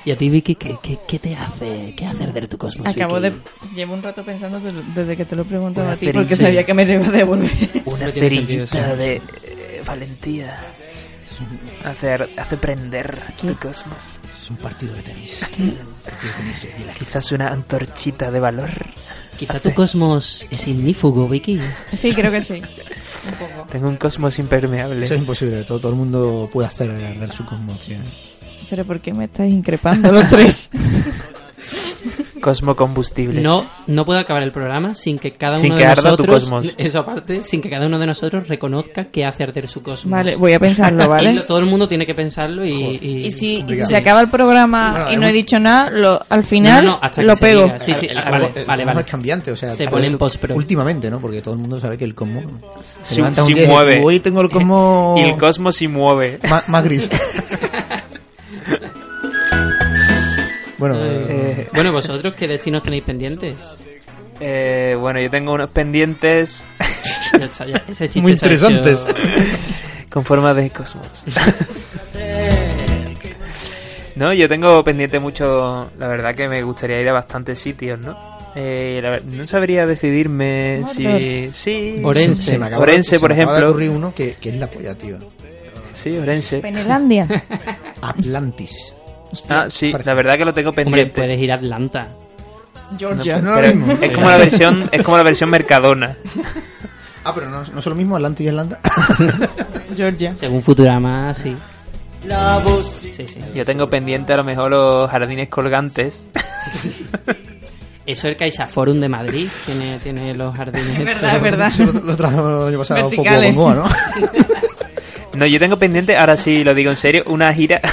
Y a ti, Vicky, ¿qué, qué, qué te hace? ¿Qué hace arder tu cosmos? Acabo Vicky? de... Llevo un rato pensando de- desde que te lo preguntaba Una a ti porque feliz- sabía que me lo iba a devolver. Una No tiene sentido cerillita eso. de eh, valentía. Hacer, hace prender tu cosmos. Es un partido de tenis. Quizás una antorchita de valor. Quizá tu cosmos es ignífugo, Vicky. Sí, creo que sí. Tengo un cosmos impermeable. Eso es imposible. Todo, todo el mundo puede hacer arder su cosmos, tío. Pero ¿por qué me estáis increpando los tres? Cosmocombustible. No, no puedo acabar el programa sin que cada Sin uno que de arda tu nosotros, cosmos. eso aparte, sin que cada uno de nosotros reconozca que hace arder su cosmos. Vale, voy a pensarlo, Y ¿vale? lo- todo el mundo tiene que pensarlo y, y- Y si, y si Obrigado. se acaba el programa Bueno, y no he hemos- dicho nada, lo- al No, final no, no, hasta que lo se pego. diga, Sí, sí, El- ah, el- vale, el- vale, el cosmos vale. es cambiante, o sea, Se pero pone en post-pro. Últimamente, ¿no? Porque todo el mundo sabe que el cosmos Se- se levanta un se día y dice, mueve. Hoy tengo el cosmos Y el cosmos se mueve. más, más gris. bueno, eh, Eh, Bueno, vosotros, ¿qué destinos tenéis pendientes? eh, bueno, yo tengo unos pendientes Ya está, ya- ese chiste muy se ha hecho- interesantes. con forma de cosmos. no, yo tengo pendiente mucho. La verdad que me gustaría ir a bastantes sitios, ¿no? Eh, la ver- no sabría decidirme si. Sí, Orense. Se me acaba- Orense, se me por acaba de ejemplo. ocurrir uno que, que es la polla, tío. sí, Orense. Penelandia. Atlantis. Hostia, Ah, sí, parece- la verdad que lo tengo Hombre, pendiente. puedes ir a Atlanta. Georgia. Pero No, ahora mismo. es como la versión, es como la versión Mercadona. Ah, pero no, no es lo mismo Atlantis y Atlanta. Georgia. Según Futurama, sí. Sí, sí. Yo tengo pendiente a lo mejor los jardines colgantes. Eso es el CaixaForum de Madrid. Tiene, tiene los jardines. Es estos. verdad, es verdad. Eso lo, lo trajo el año pasado Foco Verticales. Bongoa, ¿no? No, yo tengo pendiente, ahora sí lo digo en serio, una gira.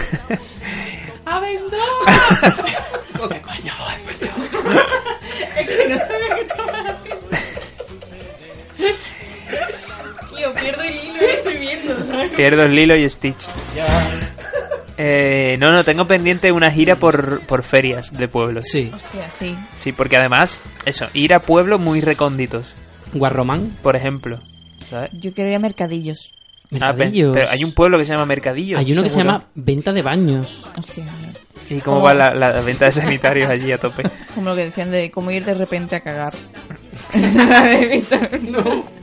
Tío, pierdo el hilo, estoy viendo. Pierdo el Lilo y Stitch. Eh, no, no, tengo pendiente una gira por, por ferias de pueblos. Sí. Hostia, sí. Sí, porque además, eso, ir a pueblos muy recónditos, Guarromán. por ejemplo. ¿sabes? Yo quiero ir a mercadillos. Ah, pe- Mercadillos. pero hay un pueblo que se llama Mercadillo. Hay uno que se llama Venta de Baños. Hostia, no. ¿Y cómo va la, la venta de sanitarios allí a tope? Como lo que decían de cómo ir de repente a cagar. Esa la de Víctor. No.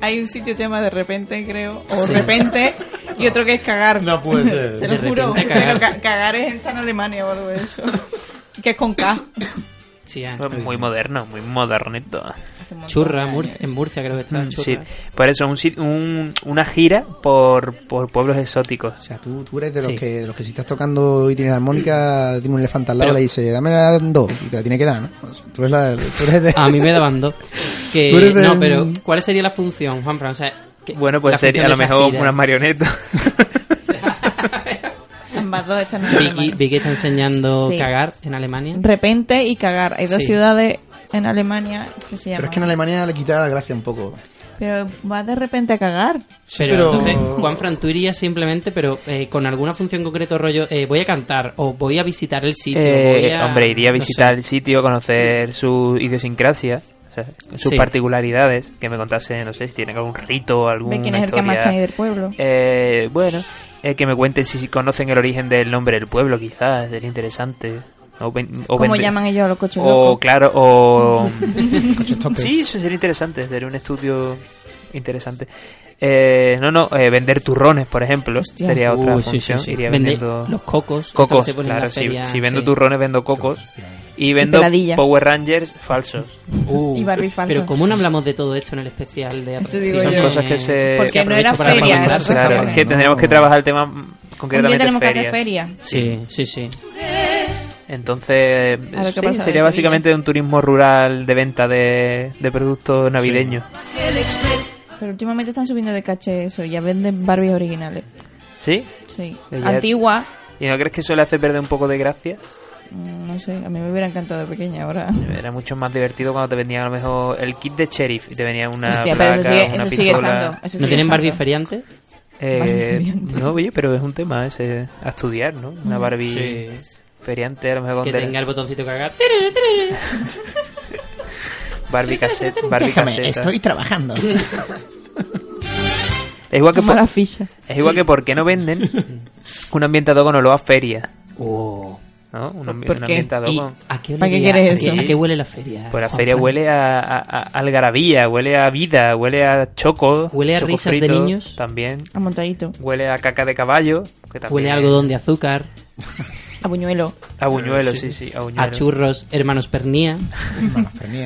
Hay un sitio que se llama de repente, creo. O repente. Y otro que es cagar. No puede ser. Se lo De juro. repente cagar. Pero ca- cagar es está en Alemania o algo de eso. Que es con K. Sí, ah. Pues Muy moderno, muy modernito. Churra, Mur- en Murcia creo que está. Mm, Churra. sí. Por eso, un sit- un- una gira por, por pueblos exóticos. O sea, tú, tú eres de los, Sí. que, de los que si estás tocando y tienes la armónica, tiene un elefante al lado Pero- y le dice, dame la dos y te la tiene que dar, ¿no? O sea, tú, eres la, tú eres de... A mí me daban dos. Que, Tú eres de- No, pero ¿cuál sería la función, Juanfran? O sea, que- Bueno, la pues sería a lo función de esa mejor gira. unas marionetas. Ambas dos están en E- Vi, Alemania. vi que está enseñando Sí. cagar en Alemania. Repente y cagar. Hay dos Sí. ciudades en Alemania que se Pero llaman. es que en Alemania le quita la gracia un poco. Pero vas de repente a cagar. Pero, pero- entonces, Juanfran, tú irías simplemente, pero eh, con alguna función concreta, rollo, eh, voy a cantar o voy a visitar el sitio. Eh, voy a- Hombre, iría a no visitar sé. el sitio, conocer su idiosincrasia, o sea, sus Sí. particularidades, que me contase, no sé, si tienen algún rito o algún. Ve quién es el que más tiene del pueblo. Eh, bueno, eh, que me cuenten si conocen el origen del nombre del pueblo, quizás, sería interesante. O ven- o ¿Cómo vende- llaman ellos a los coches O, locos? claro, o. Coche tope. Sí, eso sería interesante, sería un estudio interesante. Eh, no, no, eh, vender turrones, por ejemplo, Hostia. sería otra Uy, sí, sí, función. sí. Iría Vende vendiendo los cocos. esto cocos. que se pone en la claro, si, feria, si vendo sí. turrones, vendo cocos. Y vendo peladilla. Power Rangers falsos. Uh, Y Barbie falsas. Pero ¿cómo no hablamos de todo esto en el especial de Eso digo atracciones? Son yo. cosas que se. Porque que no era aprovecho para feria, recomendar. eso se Claro, escapa, es que ¿no? tendríamos que trabajar el tema mm, Un día concretamente tenemos que ferias. hacer feria. Sí, sí, sí. Entonces, A ver sí, qué pasa en sería Sevilla. básicamente un turismo rural de venta de, de productos navideños. Pero últimamente están subiendo de caché eso. Ya venden Barbies originales. ¿Sí? Sí. Eh, ya- Antigua. ¿Y no crees que eso le hace perder un poco de gracia? mm, No sé, a mí me hubiera encantado de pequeña ahora. Era mucho más divertido cuando te vendían a lo mejor el kit de sheriff y te venía una Hostia, placa, pero eso sigue, una eso sigue pistola. estando. eso ¿No sigue tienen estando. Barbie feriante? Eh, Barbie no, oye, pero es un tema ese a estudiar, ¿no? Mm. Una Barbie Sí. feriante, a lo mejor con Que tele- tenga el botoncito cagar. Barbie cassette, Barbie Déjame, caseta. estoy trabajando. Es igual que Toma por- la ficha. es igual que por qué no venden un ambientador con olor a feria, Oh. ¿no? Un, ambi- ¿Por un qué? ambientador ¿Y con a qué, ¿Para qué olería? quieres ¿A qué- eso? ¿A qué huele la feria? pues la Juan feria Fran? huele a, a- a- algarabía, huele a vida, huele a choco, Huele a choco risas de frito niños. también, A montadito. huele a caca de caballo, que también Huele a es- algodón de azúcar, A buñuelo. A buñuelos, sí, sí, a a buñuelos. churros, hermanos pernía.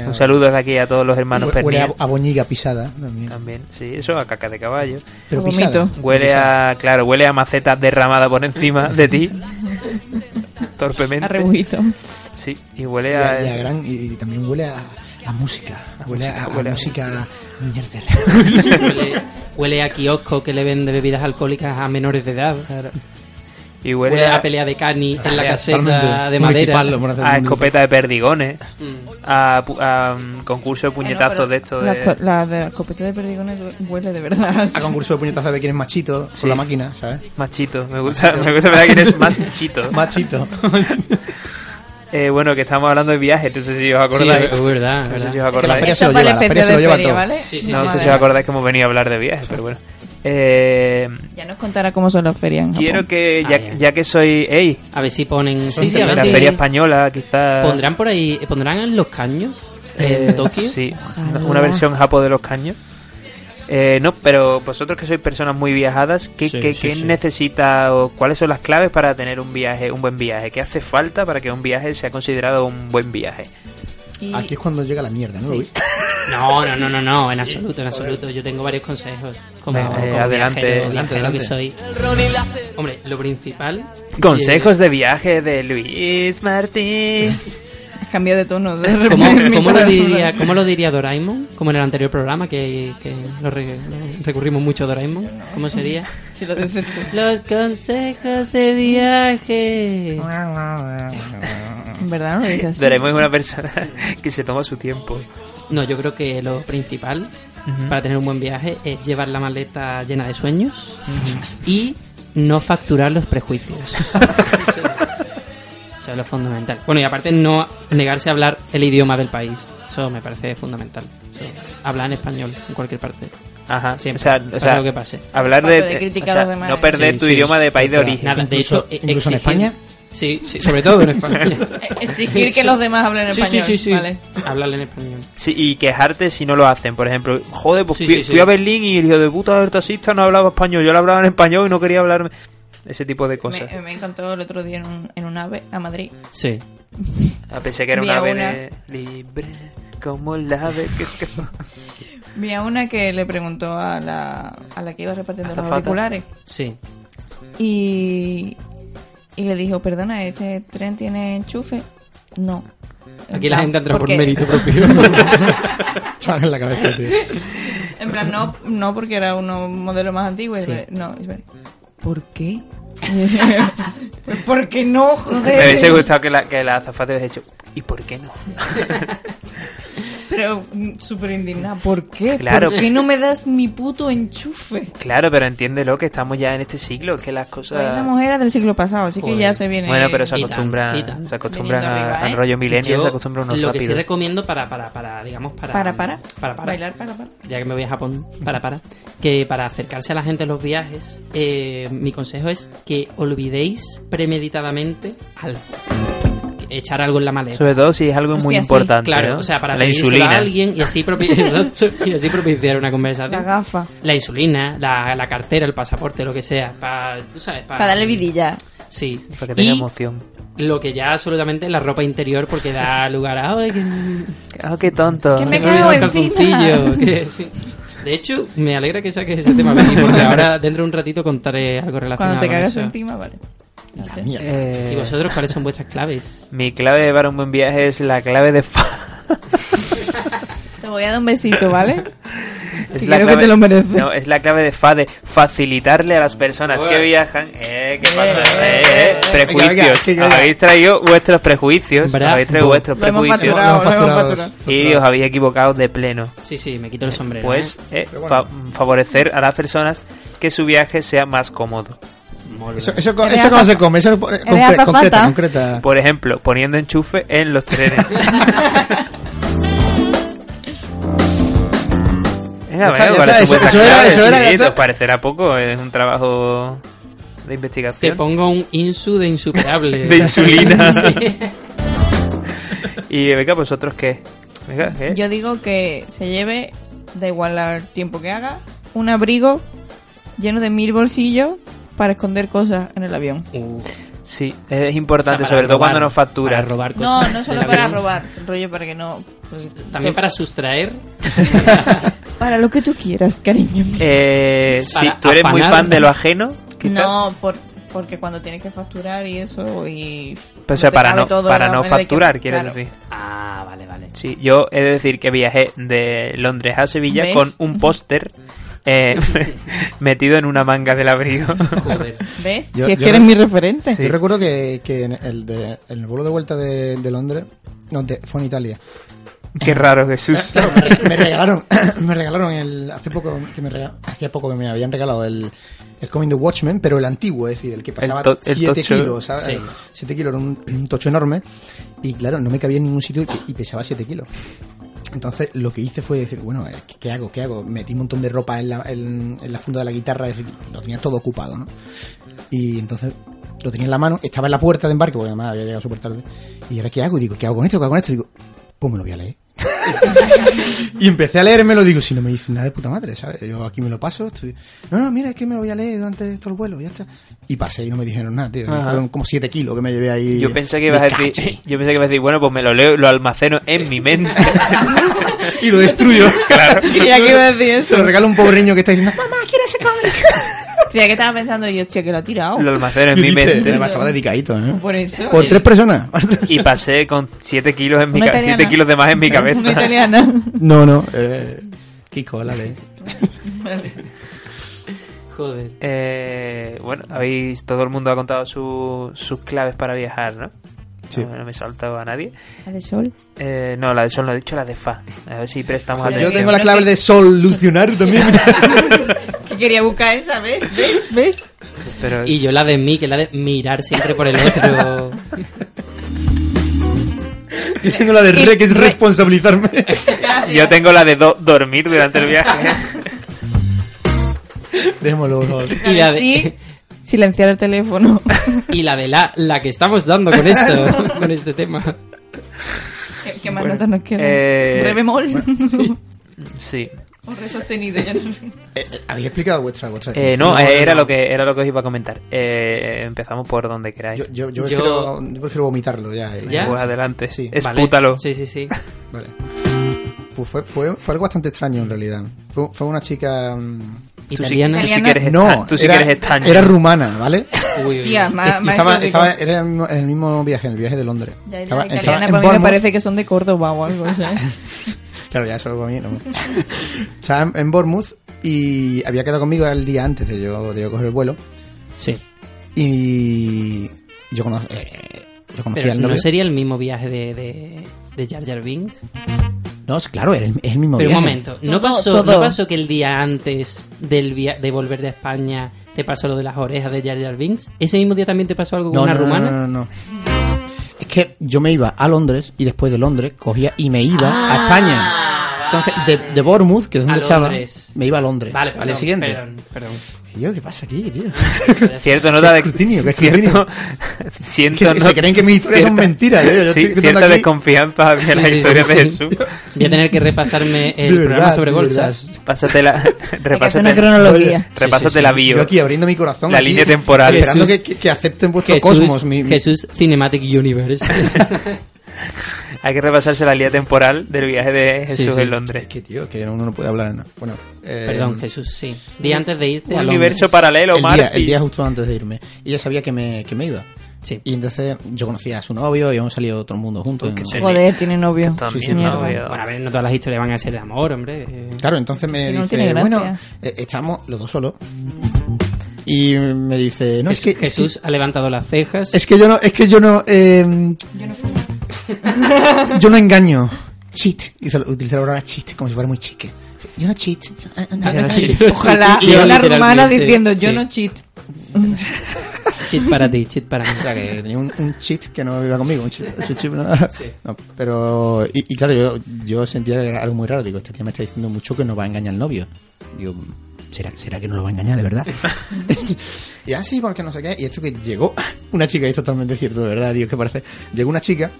Un saludo pues, desde aquí a todos los hermanos pues, Huele a, Pernil a boñiga pisada también. También, sí, eso a caca de caballo. Pero Vomito. pisada. Huele a, claro, huele a macetas derramada por encima de ti. A Torpemente. rebujito. Sí, y huele Y a... a- y a gran- y, y también huele a, a música. Huele a, a huele a música mierder. Huele, huele a kiosco que le vende bebidas alcohólicas a menores de edad. y Huele, huele a a, pelea de cani en la Huele a caseta Totalmente. de madera. Municipal, lo van hacer a municipal. escopeta de perdigones, Mm. a, pu- a, um, concurso de puñetazos de esto La, de... de la escopeta de perdigones du- huele de verdad. A concurso de puñetazos de quién es machito con Sí. la máquina, ¿sabes? Machito, me gusta, me gusta verdad que eres más chito. Machito. Eh, bueno, que estamos hablando de viajes, no sé si os Sí, acordáis. es es verdad, es no sé si verdad. os acordáis. feria se Esto lo para lleva, la especial feria se de lo lleva feria, todo. ¿vale? No Sí, sí, sí, sé Madre si sí. os acordáis que hemos venido a hablar de viajes, pero bueno. Eh, Ya nos contará cómo son las ferias en Japón. quiero que, Ah, ya, bien. ya que soy... ¡Ey! A ver si ponen. Sí, sí, a la ver si. feria española, quizás... ¿Pondrán por ahí. ¿Pondrán en los caños? Eh, ¿En Tokio? Sí, Ojalá. una versión japo de los caños. Eh, no, pero vosotros que sois personas muy viajadas, ¿qué, Sí, qué- sí, qué sí. necesita o cuáles son las claves para tener un viaje, un buen viaje? ¿Qué hace falta para que un viaje sea considerado un buen viaje? Y- Aquí es cuando llega la mierda, ¿no? Luis? No, no, no, no, no, en absoluto, en absoluto. Yo tengo varios consejos. Como, Eh, como adelante, viajero, adelante, viajero que adelante. soy. Hombre, lo principal. Consejos de viaje de Luis Martín. Cambia de tono. de que- eh, ¿Cómo, repente. cómo lo diría, ¿Cómo lo diría Doraemon? Como en el anterior programa que, que lo re- lo recurrimos mucho a Doraemon. ¿Cómo sería? Si lo dices tú. Los consejos de viaje. En verdad no lo dices así. Daremos una persona que se toma su tiempo. No, yo creo que lo principal para tener un buen viaje es llevar la maleta llena de sueños y no facturar los prejuicios. Eso- Eso es lo fundamental. Bueno, y aparte no negarse a hablar el idioma del país. Eso me parece fundamental. Eso, hablar en español en cualquier parte. Ajá, Siempre. o sea, o Pase sea, lo que pase. hablar Aparte de, de criticar o a sea, los demás. no perder Sí, tu sí, idioma sí, de país de claro. origen. Nada, de hecho, Incluso- e- incluso en exigir- España. Sí, sí, sobre todo en España. Eh, Exigir que los demás hablen sí, español. sí, sí, sí. ¿vale? Hablar en español. Sí, y quejarte si no lo hacen. Por ejemplo, joder, pues Sí, fui, sí, sí. fui a Berlín y el hijo de puta del taxista no hablaba español. Yo le hablaba en español y no quería hablarme. Ese tipo de cosas. Me, eh, me encantó el otro día en un, en un ave a Madrid. Sí. Ah, pensé que era vi una a ave una- de- libre como el ave que... que- Vi a una que le preguntó a la, a la que iba repartiendo los Azafata. auriculares. Sí. Y, y le dijo, perdona, ¿este tren tiene enchufe? No. Aquí la No, gente entra por porque- mérito propio. Chaval, en la cabeza, tío. En plan, no, no porque era uno modelo más antiguo. y Sí. ve- No, y ve, ¿Por qué? pues porque no, Me hubiese joder. gustado que la, que la azafata hubiese dicho, ¿y por qué no? Pero mm, súper indignada. ¿Por qué? Claro. ¿Por qué no me das mi puto enchufe? Claro, pero entiéndelo que estamos ya en este siglo, que las Pues esa cosas... mujer era del siglo pasado, así que Joder. ya se viene. Bueno, pero se Y tan, y acostumbran, tan. se acostumbran Viniendo a- arriba, al ¿eh? rollo milenio, Yo se acostumbran unos lo que sí rápidos. recomiendo para, para, para, digamos, para... Para, para. Para, para. Bailar, para, para. Ya que me voy a Japón, para, para. Que para acercarse a la gente en los viajes, eh, mi consejo es que olvidéis premeditadamente algo. Echar algo en la maleta. Sobre todo si es algo muy Hostia, sí, importante, Claro, ¿no? o sea, para La pedírselo insulina. a alguien y así, propi- Exacto, y así propiciar una conversación. La gafa. La insulina, la, la cartera, el pasaporte, lo que sea. Para, tú sabes, para... Para darle vidilla. Sí. Para que tenga Y emoción. lo que ya absolutamente es la ropa interior porque da lugar a... "Ay, que- Ah, qué tonto. Que me he olvidado cago el encima. calzoncillo, que sí. De hecho, me alegra que saques ese tema, Benny, porque ahora dentro de un ratito contaré algo relacionado Cuando te con cagas eso. encima, vale. La mierda. Eh, ¿Y vosotros cuáles son vuestras claves? Mi clave para un buen viaje es la clave de fa. Te voy a dar un besito, ¿vale? Es creo que te lo mereces. No, es la clave de fa de facilitarle a las personas que viajan. Eh, ¿qué pasa? Eh, eh, prejuicios. Venga, venga, que ya- habéis traído vuestros prejuicios. Bravo. Habéis traído vuestros Lo hemos prejuicios. facturado, lo hemos facturado. facturado. Y os habéis equivocado de pleno. Sí, sí, me quito el sombrero. Pues eh, Pero bueno. fa- favorecer a las personas que su viaje sea más cómodo. Eso, eso, co- Eres eso cómo azafa- se come, eso es po- concre- azafata. concreta, concreta. Por ejemplo, poniendo enchufe en los trenes. Venga, Ya está, venga, ya ¿cuáles está, son eso- vuestras eso era, claves? eso era, Sí, ya está. os parecerá poco, es un trabajo de Te investigación. pongo un insu de insuperable. De insulina. Sí. Y venga, vosotros qué. Venga, ¿qué? Yo digo que se lleve, da igual el tiempo que haga, un abrigo lleno de mil bolsillos para esconder cosas en el avión. Uh, Sí, es o sea, importante, para sobre todo robar, cuando nos factura. Para robar No, cosas no en solo el para avión. robar, rollo para que no... pues, También te- para sustraer. Para lo que tú quieras, cariño. Eh, sí, Para tú eres muy afanar. fan de lo ajeno. quizás? No, por, Porque cuando tienes que facturar y eso, y. Pero, o no sea, te para cabe no, todo de para la no manera que- facturar, quieres claro. decir. Ah, vale, vale. Sí, yo he de decir que viajé de Londres a Sevilla ¿Ves? con un póster eh, metido en una manga del abrigo. Joder. ¿Ves? Yo- si es yo que eres no- mi referente. Sí. Yo recuerdo que, que en, el de, en el vuelo de vuelta de, de Londres, no, de- fue en Italia. Qué raro, Jesús. Claro, me, re- me regalaron, me regalaron el, hace poco que me rega- hacía poco que me habían regalado el, el Coming the Watchmen, pero el antiguo, es decir, el que pasaba to- el 7 tocho. kilos, ¿sabes? Sí. 7 kilos era un, un tocho enorme y claro, no me cabía en ningún sitio y, y pesaba 7 kilos. Entonces lo que hice fue decir, bueno, eh, ¿qué- ¿qué hago? ¿Qué hago? Metí un montón de ropa en la, en, en la funda de la guitarra, es decir, lo tenía todo ocupado, ¿no? Y entonces lo tenía en la mano, estaba en la puerta de embarque, porque además había llegado súper tarde. Y ahora, ¿qué hago? Y digo, ¿qué hago con esto? ¿Qué hago con esto? Y digo, pues me lo voy a leer. y empecé a leérmelo, digo, si no me dicen nada de puta madre, ¿sabes? Yo aquí me lo paso, estoy... No, no, mira, es que me lo voy a leer durante todo el vuelo, ya está. Y pasé y no me dijeron nada, tío. Ajá. Fueron como 7 kilos que me llevé ahí. Yo pensé que de ibas a caché. decir, yo pensé que ibas a decir, bueno, pues me lo leo y lo almaceno en mi mente. y lo destruyo. Claro. Creía que iba a decir Se eso. lo regalo a un pobre niño que está diciendo, "Ah, mamá, quiero ese cómic. Creía que estaba pensando, yo, che, que lo ha tirado. Lo almaceno en Y mi dice, mente. Además, estaba dedicadito, ¿eh? Por eso. Por tres personas. Y pasé con 7 kilos, en mi Una ca- italiana. siete kilos de más en mi Una cabeza. italiana. No, no. Eh, Kiko, la ley. Joder. Eh, bueno, habéis todo el mundo ha contado su- sus claves para viajar, ¿no? Sí. No, no me he saltado a nadie. Vale, sol. Eh, no, la de Sol no he dicho, la de Fa. A ver si prestamos atención. Yo tengo la clave de solucionar también. Que quería buscar esa, ¿ves? ¿Ves? ¿Ves? Pero Y yo la de mí, que la de mirar siempre por el otro. Yo tengo la de re, que es Re. responsabilizarme. Gracias. yo tengo la de do- dormir durante el viaje. Dejémoslo, por favor. Y la de, Sí, silenciar el teléfono. y la, de la, la que estamos dando con esto, con este tema. ¿Qué, qué más notas nos quedan? eh, Re bemol. sí. O re sostenido. Ya no sé. Eh, eh, ¿Habéis explicado vuestra? vuestra Eh, no, eh, era lo que era lo que os iba a comentar. Eh, empezamos por donde queráis. Yo, yo, yo Yo- prefiero, yo prefiero vomitarlo ya. eh. ¿Ya? Pues adelante. Sí. Espútalo. Sí, sí, sí. Vale. Pues fue, fue, fue algo bastante extraño en realidad. Fue, fue una chica. mm, Tú sí, Italiana. tú sí Italiana. que eres No, esta- tú sí que era, eres estaño. era rumana, ¿vale? Uy, uy, uy. Tía, más, Y más estaba, exótico. estaba- era en el mismo- en el mismo viaje, en el viaje de Londres. Ya, ya, estaba, la estaba italiana para en mí me Bournemouth. parece que son de Córdoba o algo, ¿sabes? Claro, ya eso para mí no. estaba en, en Bournemouth y había quedado conmigo el día antes de yo, de yo coger el vuelo. Sí. Y yo, conocí yo conocí Pero al no novio. sería el mismo viaje de, de, de Jar Jar Binks. No, sí, claro, era el- es el mismo Pero un viaje. momento, ¿no Todo, pasó, todo. ¿no pasó que el día antes del via- de volver de España te pasó lo de las orejas de Jar Jar Binks? ¿Ese mismo día también te pasó algo con No, una no, no, rumana? no, no, no. Es que yo me iba a Londres y después de Londres cogía y me iba a España. Entonces, de, de Bournemouth, que es donde Ah, A estaba, Londres. me iba a Londres. Vale, al perdón, día siguiente. perdón, perdón. Y yo, ¿qué pasa aquí, tío? Cierto nota de escrutinio, qué cierto, siento Que se- se creen que mis historias son mentiras, ¿eh? Yo Sí, estoy contando cierta aquí- desconfianza hacia Sí, la sí, historia sí, de sí. Jesús. Voy a tener que repasarme el De verdad, programa sobre de bolsas. Pásatela, Hay que hacer repásate, una cronología. repásate la bio. Yo aquí abriendo mi corazón. La aquí, línea temporal. Esperando Jesús- que, que- que acepten vuestro Jesús, cosmos. Mi, mi- Jesús Cinematic Universe. Hay que repasarse la línea temporal del viaje de Jesús Sí, sí. en Londres. Es que, tío, que uno no puede hablar. ¿no? Bueno, eh, Perdón, Jesús, sí. Día antes de irte Eh, Un a universo Londres. paralelo, el día, Marty. el día justo antes de irme. Y ella sabía que me, que me iba. Sí. Y entonces yo conocía a su novio y habíamos salido todo el mundo juntos. ¿no? serio. Joder, tiene novio. También, Sí, sí, ¿no? mierda. Bueno, a ver, no todas las historias van a ser de amor, hombre. Eh, Claro, entonces me Si no, no dice, tiene gracia. bueno, eh, estamos los dos solos. Y me dice, no, es que... es que- Jesús ha levantado las cejas. Es que yo no, es que yo no, eh, yo no engaño. Cheat. Y se- utilizar la palabra cheat como si fuera muy chique. Sí, Yo no cheat. Yo- ah, ah, no, Yo no no cheat. cheat. Ojalá Sí, una literalmente, rumana diciendo, yo sí. no cheat. Chit para ti, chit para mí. O sea, que tenía un, un cheat que no iba conmigo. Un cheat, su chip, ¿no? No, pero, y, y claro, yo, yo sentía que era algo muy raro. Digo, este tío me está diciendo mucho que no va a engañar al novio. Digo, ¿será, será que no lo va a engañar de verdad? y así, porque no sé qué. Y esto que llegó una chica, y es totalmente cierto, de verdad, Dios, que parece. Llegó una chica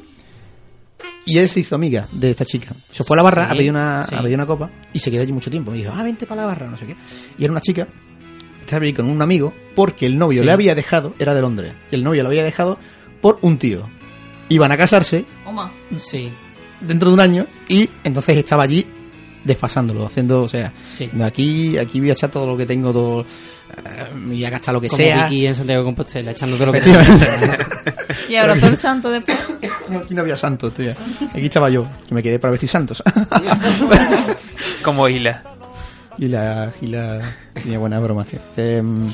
y él se hizo amiga de esta chica. Se fue a la barra Sí, a, pedir una, sí. a pedir una copa y se quedó allí mucho tiempo. Me dijo, ah, vente para la barra, no sé qué. Y era una chica estaba allí con un amigo porque el novio Sí. le había dejado, era de Londres, y el novio lo había dejado por un tío. Iban a casarse Oma. Sí, dentro de un año y entonces estaba allí desfasándolo, haciendo, o sea, sí. aquí, aquí voy a echar todo lo que tengo, todo, eh, y a gastar lo que Como sea. Vicky en Santiago de Compostela, echándote lo que Efectivamente. Y abrazó el santo después. No, aquí no había santos, tía. Aquí estaba yo, que me quedé para vestir santos. Como Hila. y la Gila tenía buenas bromas, tío. Em,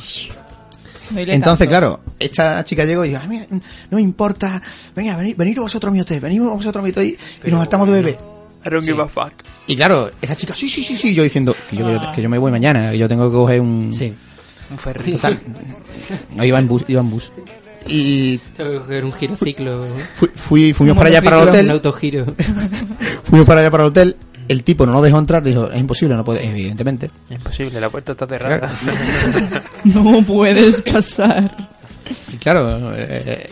No le Entonces, tanto. claro, esta chica llegó y dijo, "Ah, mira, no me importa, venga, venid, venid vosotros a mi hotel, venid vosotros a mi hotel y- y nos hartamos de bebé. I don't give a fuck. Y claro, esta chica, sí, sí, sí, sí, yo diciendo que yo, que yo- que yo me voy mañana, que yo tengo que coger un... Sí. Un ferry. Total. No, iba en bus, iba en bus. Y Tengo que coger un girociclo. fui, fui- fuimos Un para allá para el Un hotel, autogiro. fuimos para allá para el hotel, el tipo no nos dejó entrar, dijo, es imposible, no puede, evidentemente. Imposible, la puerta está cerrada. No puedes pasar. Y claro, eh,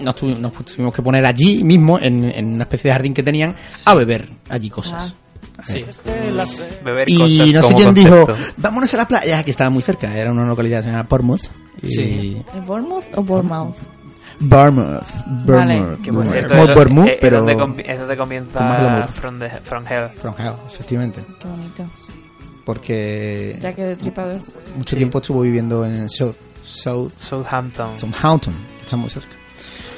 nos, tuvi- nos tuvimos que poner allí mismo, en, en una especie de jardín que tenían, a beber allí Ah, cosas. Sí. Beber cosas Y no sé como quién dijo, concepto. vámonos a la playa, que estaba muy cerca, era una localidad llamada Portsmouth. Y Sí. ¿El Bournemouth o Bournemouth? Bournemouth. Vale. Bournemouth. Que por Bournemouth. cierto, Como es- Bournemouth, es- es pero... donde com- es donde con más comienza glamour. From, the- From Hell. From Hell, efectivamente. Qué bonito. Porque Ya que de tripador. mucho tiempo estuvo viviendo en South, South Southampton. Southampton, que está muy cerca.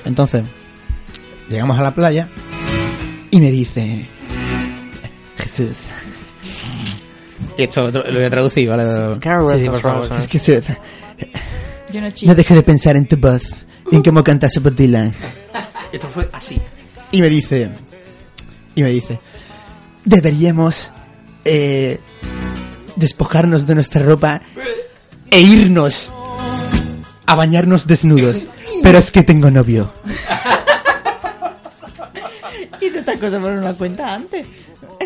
Entonces, llegamos a la playa y me dice, Jesús. Y esto otro- lo voy a traducir, ¿vale? Sí, sí, por favor. Es que Jesús, Yo no chico. no dejes de pensar en tu voz, en cómo cantas por Dylan. Esto fue así. Y me dice, y me dice, deberíamos eh, despojarnos de nuestra ropa e irnos a bañarnos desnudos. Pero es que tengo novio. Hice estas cosas por una cuenta antes.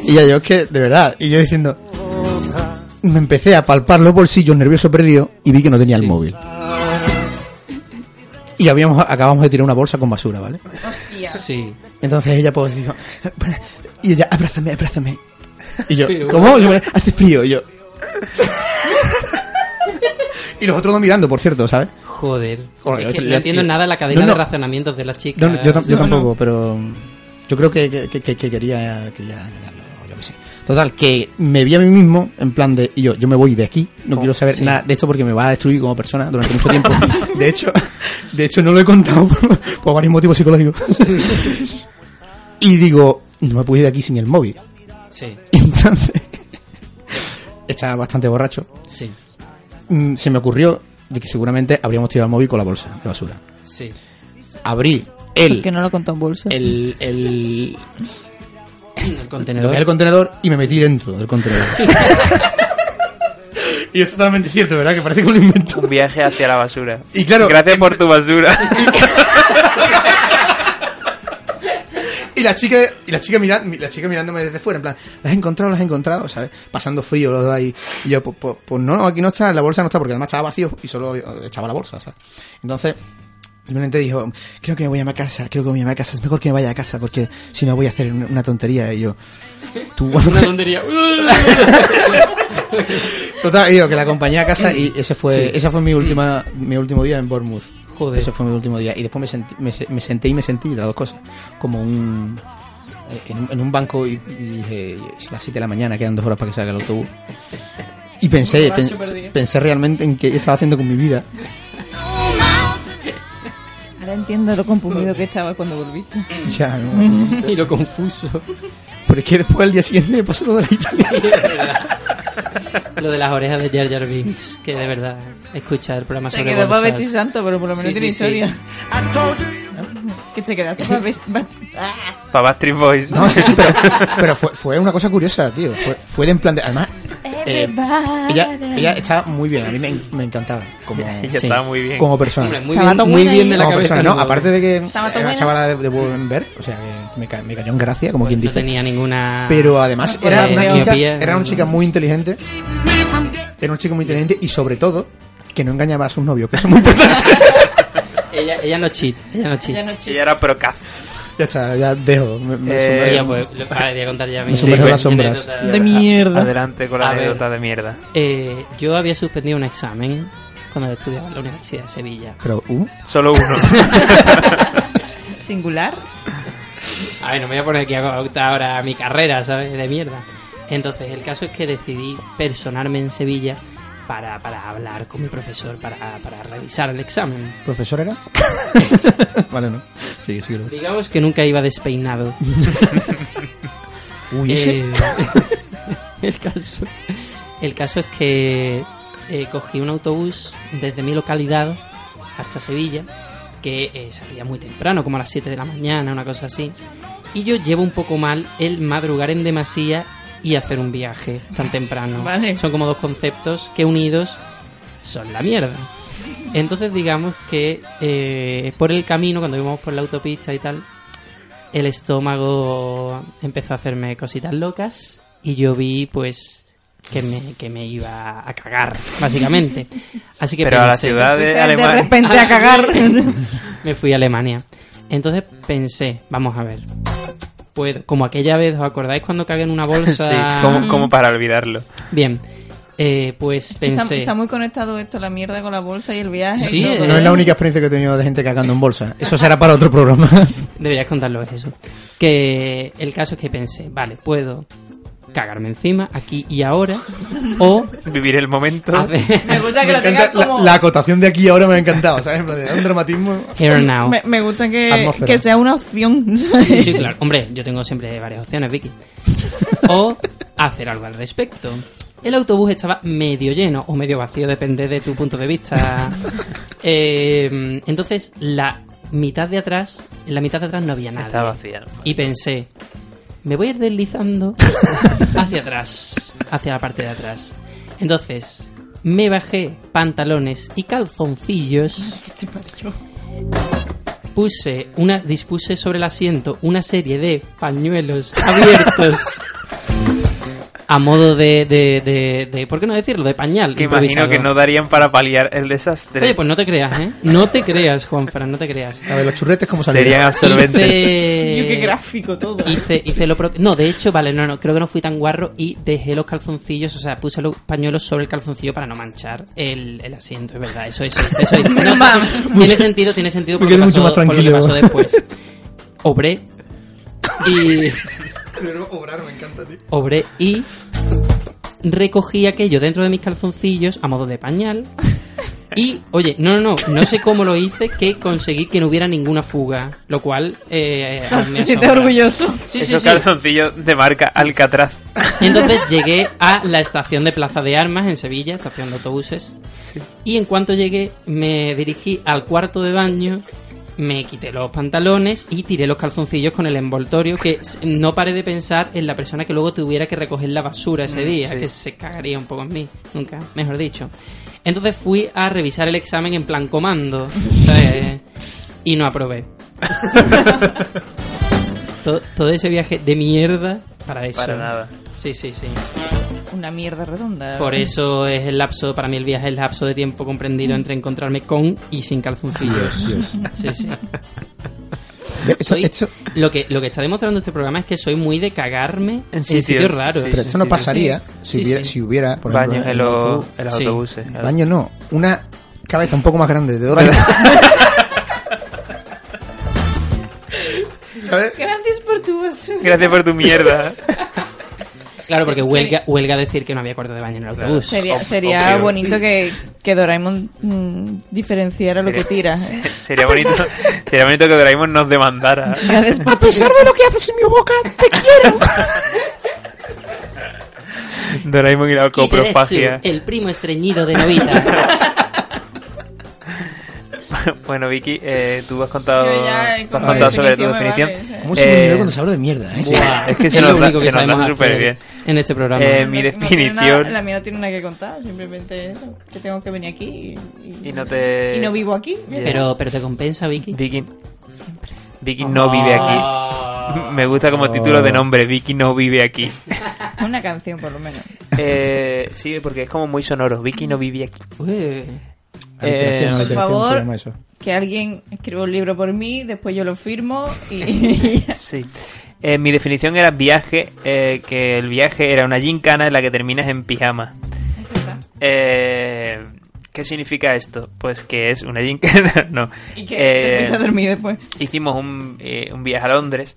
Y ya yo, es que, de verdad, y yo diciendo, me empecé a palpar los bolsillos nervioso perdido y vi que no tenía el Sí. móvil. Y habíamos, acabamos de tirar una bolsa con basura, ¿vale? Sí. Entonces ella pues dijo, y ella, abrázame, abrázame. Y yo, Pero ¿cómo? Y yo, Hace frío, y yo. y los otros dos mirando, por cierto, ¿sabes? Joder. Joder, Es que yo- no yo- entiendo yo- nada la cadena no, no. de razonamientos de las No, chicas. no, yo, tam- yo No, tampoco, no. pero yo creo que, que- que- que quería, quería engañarlo, o yo qué sé. Total, que me vi a mí mismo en plan de, y yo, yo me voy de aquí, no quiero saber sí. nada de esto porque me va a destruir como persona durante mucho tiempo. de hecho, de hecho no lo he contado por, por varios motivos psicológicos. y digo, no me puedo ir de aquí sin el móvil. Sí, Entonces, estaba bastante borracho. sí, Mm, Se me ocurrió de que seguramente habríamos tirado el móvil con la bolsa de basura. sí. Abrí el, Porque no lo contó en bolsa. el, el, El lo que contenedor. es el contenedor y me metí dentro del contenedor. y es totalmente cierto, ¿verdad? Que parece que me lo invento. Un viaje hacia la basura. Y claro, Gracias por tu basura. Y la chica, y la chica, mira, la chica mirándome desde fuera, en plan, ¿las has encontrado? ¿Las has encontrado? ¿Sabes? Pasando frío los dos ahí. Y yo, pues, pues- pues no, no, aquí no está, la bolsa no está, porque además estaba vacío y solo estaba la bolsa, ¿sabes? Entonces, simplemente dijo, creo que me voy a mi casa, creo que me voy a mi casa, es mejor que me vaya a casa, porque si no voy a hacer una, una tontería. Y yo, tú, Una tontería. Total, y yo, que la acompañé a casa y ese fue, esa fue mi última, mi último día en Bournemouth. Joder. Ese fue mi último día. Y después me, sentí, me, se- me senté y me sentí las dos cosas. Como un. eh, En un, en un banco y, y dije, es las 7 de la mañana, quedan dos horas para que salga el autobús. Y pensé, pen- pensé realmente en qué estaba haciendo con mi vida. Ahora entiendo lo confundido que estaba cuando volviste. Ya, no. y lo confuso. Pero es que después al día siguiente me pasó lo de la italiana. Lo de las orejas de Jar Jar Binks, que de verdad, escuchar el programa Se sobre quedó para bolsas. Betty Santo, pero por lo menos Sí, tiene sí, sí. historia. Que te quedaste para Betty Para Backstreet Boys. No, sí, sí, pero, pero fue, fue una cosa curiosa, tío. Fue, fue de en plan de. Además, eh, ella, ella estaba muy bien, a mí me, en- me encantaba. Como, Ella estaba muy bien. como persona. Hombre, muy Estaba bien, todo muy buena bien de ahí. la Como cabeza. persona, no, pobre. aparte de que Estaba era todo una buena. chavala de, de buen ver, o sea, que me, ca- me cayó en gracia, como quien No dice. tenía ninguna. Pero además No era tenía una, chica, miopía, era una chica muy inteligente. Era una chica muy inteligente y sobre todo que no engañaba a sus novios, que es muy importante. Ella, ella no cheat, ella no cheat. Ya no Ella era procaf. ya está, ya dejo. Me, me Eh, sumerjo. Ella, pues, lo- ahora voy a contar ya mi- Me sumerjo en mi las sombras. anécdota, De verdad. mierda. Adelante con la A ver. anécdota de mierda. Eh, yo había suspendido un examen cuando estudiaba en la Universidad de Sevilla. Pero, uh, Solo uno. Singular. A ver, no me voy a poner aquí a contar ahora mi carrera, ¿sabes? De mierda. Entonces, el caso es que decidí personarme en Sevilla para, para hablar con mi profesor, para, para revisar el examen. ¿Profesor era? vale, no. Sí, sí. lo- Digamos que nunca iba despeinado. Uy, ese. Eh, el caso el caso es que eh, cogí un autobús desde mi localidad hasta Sevilla que eh, salía muy temprano como a las 7 de la mañana una cosa así y yo llevo un poco mal el madrugar en demasía y hacer un viaje tan temprano Vale. son como dos conceptos que unidos son la mierda entonces digamos que eh, por el camino cuando íbamos por la autopista y tal el estómago empezó a hacerme cositas locas y yo vi pues que me, que me iba a cagar, básicamente. Así que Pero a la pensé- ciudad de De, Alemania. repente a cagar. me fui a Alemania. Entonces pensé, vamos a ver. Pues como aquella vez, ¿os acordáis cuando cagué en una bolsa? Sí, como, como para olvidarlo. Bien, eh, pues está, pensé... está muy conectado esto, la mierda con la bolsa y el viaje. y Sí, todo, eh, No es la única experiencia que he tenido de gente cagando en bolsa. Eso será para otro programa. Deberías contarlo eso. Que el caso es que pensé, vale, puedo cagarme encima aquí y ahora o Vivir el momento. a ver, Me gusta que Me lo tengas encanta- la- como... la, acotación de aquí ahora me ha encantado, ¿sabes? En plan, de Un dramatismo. here and now. Me, me gusta que, Atmósfera. que sea una opción. ¿sabes? Sí, sí, claro. Hombre, yo tengo siempre varias opciones, Vicky. O hacer algo al respecto. El autobús estaba medio lleno o medio vacío, depende de tu punto de vista. Eh, entonces, la mitad de atrás, en la mitad de atrás no había nada. Está vacía. ¿no? Y pensé, me voy a ir deslizando hacia atrás, hacia la parte de atrás. Entonces, me bajé pantalones y calzoncillos. Puse una, dispuse sobre el asiento una serie de pañuelos abiertos. A modo de, de, de, de- ¿Por qué no decirlo? De pañal. Que imagino improvisado. que no darían para paliar el desastre. Oye, pues no te creas, ¿eh? No te creas, Juanfran, no te creas. A ver, los churretes, ¿cómo Serían salieron? absorbentes. Hice- Yo qué gráfico todo. Hice, hice lo propio. No, de hecho, vale, no, no, creo que no fui tan guarro y dejé los calzoncillos, o sea, puse los pañuelos sobre el calzoncillo para no manchar el, el asiento, es verdad, eso es. Eso, es- no, sí, sí, tiene sentido, tiene sentido por Me lo, que quedé pasó, mucho más por lo que tranquilo. pasó después. Obré y. Obrar, me encanta, tío. Obré y. Recogí aquello dentro de mis calzoncillos a modo de pañal. Y, oye, no, no, no, no sé cómo lo hice, que conseguí que no hubiera ninguna fuga. Lo cual. Eh, aún me Te sientes asombra. orgulloso. Sí, sí, Esos sí. calzoncillos de marca Alcatraz. Entonces llegué a la estación de Plaza de Armas en Sevilla, estación de autobuses. Y en cuanto llegué, me dirigí al cuarto de baño, me quité los pantalones y tiré los calzoncillos con el envoltorio. Que s- no paré de pensar en la persona que luego tuviera que recoger la basura ese día, Mm, sí. que se cagaría un poco en mí, nunca, mejor dicho. Entonces fui a revisar el examen en plan comando ¿sabes? y no aprobé. todo, todo ese viaje de mierda para eso. Para nada. Sí, sí, sí. Una mierda redonda. Por eso es el lapso, para mí el viaje es el lapso de tiempo comprendido entre encontrarme con y sin calzoncillos. Sí, sí. Esto, Soy- esto- lo, que, lo que está demostrando este programa es que soy muy de cagarme en sitios, sitios. raros. Sí, pero esto no sí, pasaría sí. si, hubiera, Sí, sí. si hubiera, por ejemplo, Baños en en los, autobús- en los Sí. autobuses. claro. Baño no, una cabeza un poco más grande de Dora. ¿Sabes? Gracias por tu basura. Gracias por tu mierda. Claro, porque Sí. huelga, huelga decir que no había cuarto de baño en el autobús. Sería, Ob- sería obvio. bonito que, que Doraemon mm, diferenciara lo que tira. ¿eh? Sería bonito, sería bonito que Doraemon nos demandara. Gracias por tu de lo que haces en mi boca, te quiero. Doraemon y la coprofagia. Eh. Kitetsu, el primo estreñido de Novita. Bueno, Vicky, eh, tú has contado, Yo ya he tú has contado contado sobre tu definición, me definición. vale, ¿Cómo se Eh, me olvidó cuando se habla de mierda, eh? Sí, es que se lo nos da- único que se nos da sabemos súper hacer bien. en este programa. Eh, mi No- no tiene definición- nada- la mía no tiene nada que contar, simplemente eso, que tengo que venir aquí y, Y no te- y no vivo aquí. Bien. pero, pero te compensa, Vicky. Vicky, Vicky no vive Ah. aquí. Me gusta como título de nombre, Vicky no vive aquí. Una canción por lo menos. Eh, sí, porque es como muy sonoro. Vicky no vive aquí. Ué. Eh, Alteración, alteración, por se favor. llama eso. Que alguien escriba un libro por mí, después yo lo firmo y... Sí. Eh, mi definición era viaje, eh, que el viaje era una gincana en la que terminas en pijama. Eh, ¿Qué significa esto? Pues que es una gincana, no. y que te Eh, fuiste a dormir después. hicimos un, eh, un viaje a Londres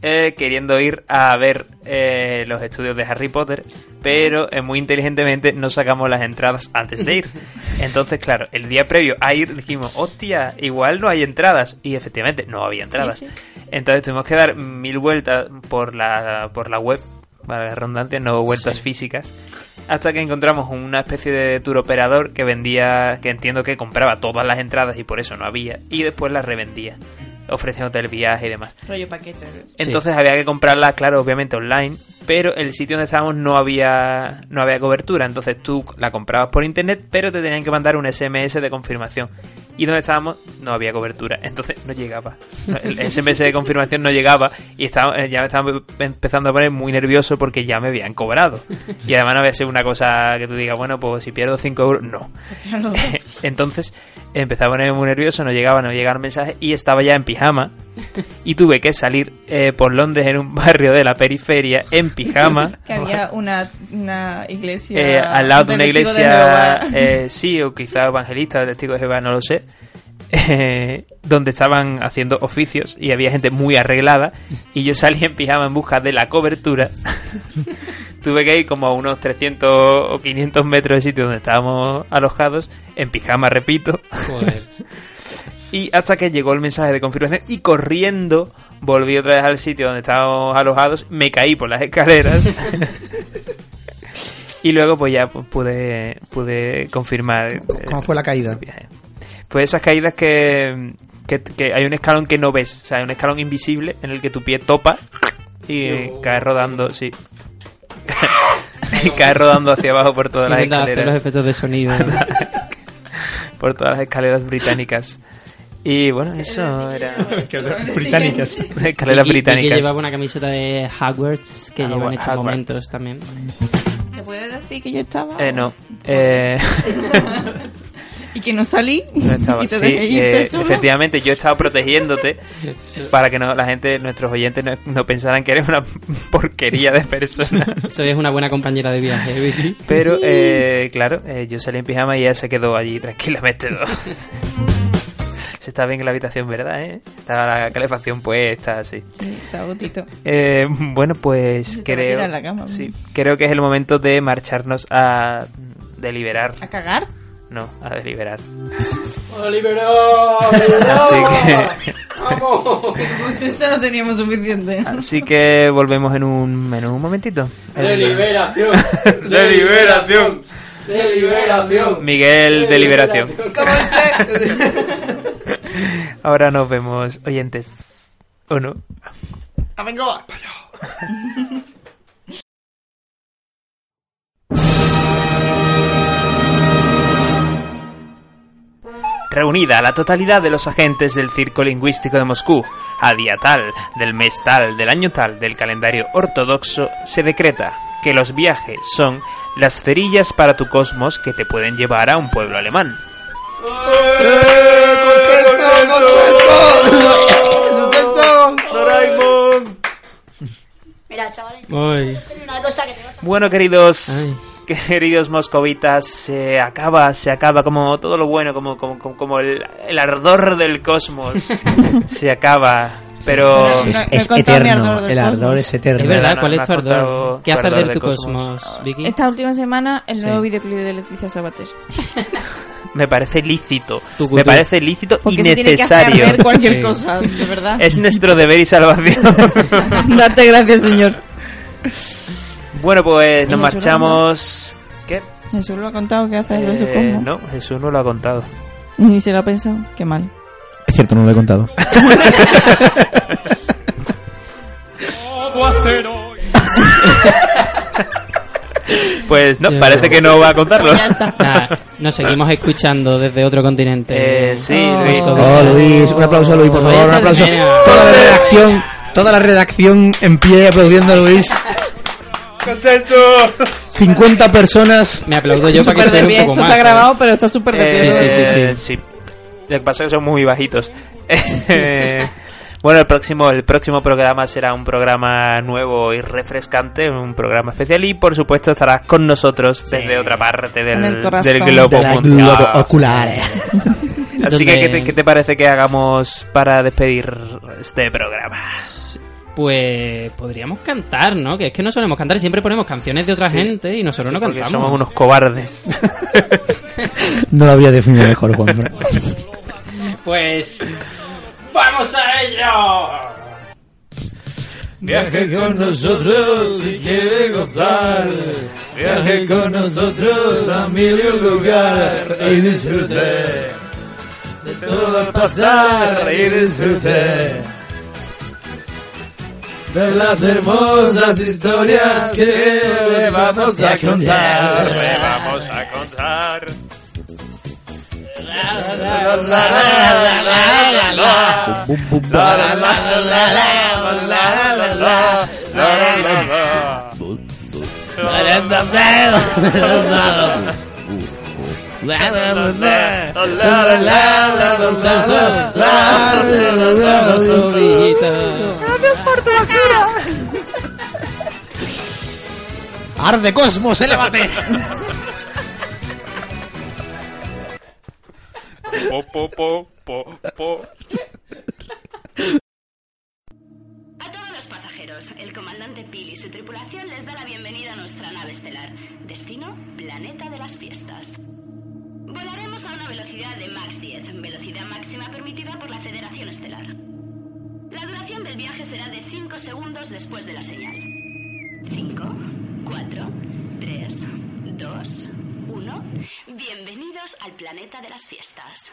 eh, queriendo ir a ver eh, los estudios de Harry Potter, pero eh, muy inteligentemente no sacamos las entradas antes de ir. Entonces, claro, el día previo a ir dijimos, hostia, igual no hay entradas. Y efectivamente, no había entradas. Sí, Entonces tuvimos que dar mil vueltas por la, por la web, para la redundancia, no vueltas físicas. Hasta que encontramos una especie de tour operador que vendía, que entiendo que compraba todas las entradas y por eso no había, y después las revendía, ofreciéndote el viaje y demás. Rollo paquete. Entonces había que comprarlas, claro, obviamente online, pero el sitio donde estábamos no había no había cobertura, entonces tú la comprabas por internet, pero te tenían que mandar un SMS de confirmación. Y donde estábamos no había cobertura, entonces no llegaba. El el SMS de confirmación no llegaba y estaba, eh, ya me estaba empezando a poner muy nervioso porque ya me habían cobrado. Y además no había sido una cosa que tú digas, bueno, pues si pierdo 5 euros, no. Claro. Entonces empezaba a ponerme muy nervioso, no llegaba, no llegaban mensajes y estaba ya en pijama y tuve que salir eh, por Londres en un barrio de la periferia en pijama. Que había una, una iglesia. eh, al lado de una del testigo de iglesia, Jehová. eh, sí, o quizá evangelista, testigo de Jehová, no lo sé, eh, donde estaban haciendo oficios y había gente muy arreglada y yo salí en pijama en busca de la cobertura. Tuve que ir como a unos 300 o 500 metros del sitio donde estábamos alojados, en pijama, repito, Joder. y hasta que llegó el mensaje de confirmación y corriendo volví otra vez al sitio donde estábamos alojados, me caí por las escaleras. y luego pues ya pues, pude pude confirmar ¿Cómo- eh, ¿Cómo fue la caída? el viaje. Pues esas caídas que, que, que hay un escalón que no ves, o sea, hay un escalón invisible en el que tu pie topa y eh, Yo- caes rodando, sí. y caes rodando hacia abajo por todas las Intentaba hacer los escaleras efectos de sonido. por todas las escaleras británicas. Y bueno, eso era Británicas. escaleras Y- y- y que británicas. llevaba una camiseta de Hogwarts que Ah, lleva en estos Hogwarts. momentos también. ¿Se puede decir que yo estaba? Eh, no. Eh, Y que no salí. no estaba. Y te Sí, dejé irte eh, solo. efectivamente, yo estaba protegiéndote para que no, la gente, nuestros oyentes, no, no pensaran que eres una porquería de persona. Soy una buena compañera de viaje, ¿eh, Vicky? Pero, eh, claro, eh, yo salí en pijama y ella se quedó allí tranquilamente. ¿no? se está bien en la habitación, ¿verdad? Eh? Estaba la calefacción puesta, así. Sí, Estaba gotito. Eh, bueno, pues Se te va a creo, tirar la cama. sí, creo que es el momento de marcharnos a deliberar. ¿A cagar? No, a deliberar. ¡Olivero! Así ¡Vamos! Con César Pues no teníamos suficiente. Así que volvemos en un, en un momentito. liberación! De liberación. ¡De liberación! Miguel de Liberación. Ahora nos vemos, oyentes. ¿O no? Reunida la totalidad de los agentes del Circo Lingüístico de Moscú, a día tal, del mes tal, del año tal, del calendario ortodoxo, se decreta que los viajes son las cerillas para tu cosmos que te pueden llevar a un pueblo alemán. Mira, chaval, Uy. hay una cosa que te vas a... Bueno, queridos, Ay. queridos moscovitas, se acaba, se acaba como todo lo bueno, como, como, como, como el, el ardor del cosmos. se acaba, pero... Sí, sí, sí. Es, Me es contó mi ardor eterno, del el ardor cosmos. es eterno. Es verdad, verdad, no, ¿cuál me es has tu contado ardor? ¿Qué tu hacer ardor de de tu cosmos. cosmos, Vicky? Esta última semana, el Sí. nuevo videoclip de Leticia Sabater. me parece lícito. Tucutú. Me parece lícito y Porque se tiene que hacer necesario. ver cualquier Sí. cosa, de verdad. Es nuestro deber y salvación. Date gracias, señor. bueno, pues ¿Y nos Jesús lo marchamos. ¿Qué? Jesús lo ha contado que hace el Eh, beso como. no, Jesús no lo ha contado. Ni se lo ha pensado. Qué mal. Es cierto, no lo he contado. Pues no, Ya. parece que no va a contarlo. Ya está. Nada, nos seguimos escuchando desde otro continente. Eh, sí, Oh. Luis. Oh, Luis, un aplauso a Luis, por favor, un aplauso. Toda la redacción, toda la redacción en pie aplaudiendo a Luis. 50 personas. Me aplaudo yo para que esté Súper de un pie. poco Esto más. está ¿sabes? grabado, pero está súper de pie. Eh, sí, sí, sí, sí. Lo que pasa es que son muy bajitos. Eh, bueno, el próximo, el próximo programa será un programa nuevo y refrescante, un programa especial y por supuesto estarás con nosotros desde otra parte del, En el del corazón. globo De la mundial. globo oculares. Así Donde- que, ¿qué te, qué te parece que hagamos para despedir este programa? pues podríamos cantar, ¿no? Que es que no solemos cantar y siempre ponemos canciones de otra gente y nosotros Sí, no porque cantamos. somos unos cobardes. No lo habría definido mejor, Juan. pero- Pues vamos a ello. Viaje con nosotros si quiere gozar. Viaje con nosotros a mil y un lugar y disfrute de todo el pasar y disfrute. Ver las hermosas historias que le vamos a contar. Le vamos a contar. La, la, la, la, la, la, la. La, la, la, la, la, la, la, la, la, la, la, la. ¡Arde Cosmos, elévate! Po, po, po, po, po. A todos los pasajeros, el comandante Pil y su tripulación les da la bienvenida a nuestra nave estelar. Destino, planeta de las fiestas. Volaremos a una velocidad de Max 10, velocidad máxima permitida por la Federación Estelar. La duración del viaje será de 5 segundos después de la señal. 5, 4, 3, 2, 1. Bienvenidos al planeta de las fiestas.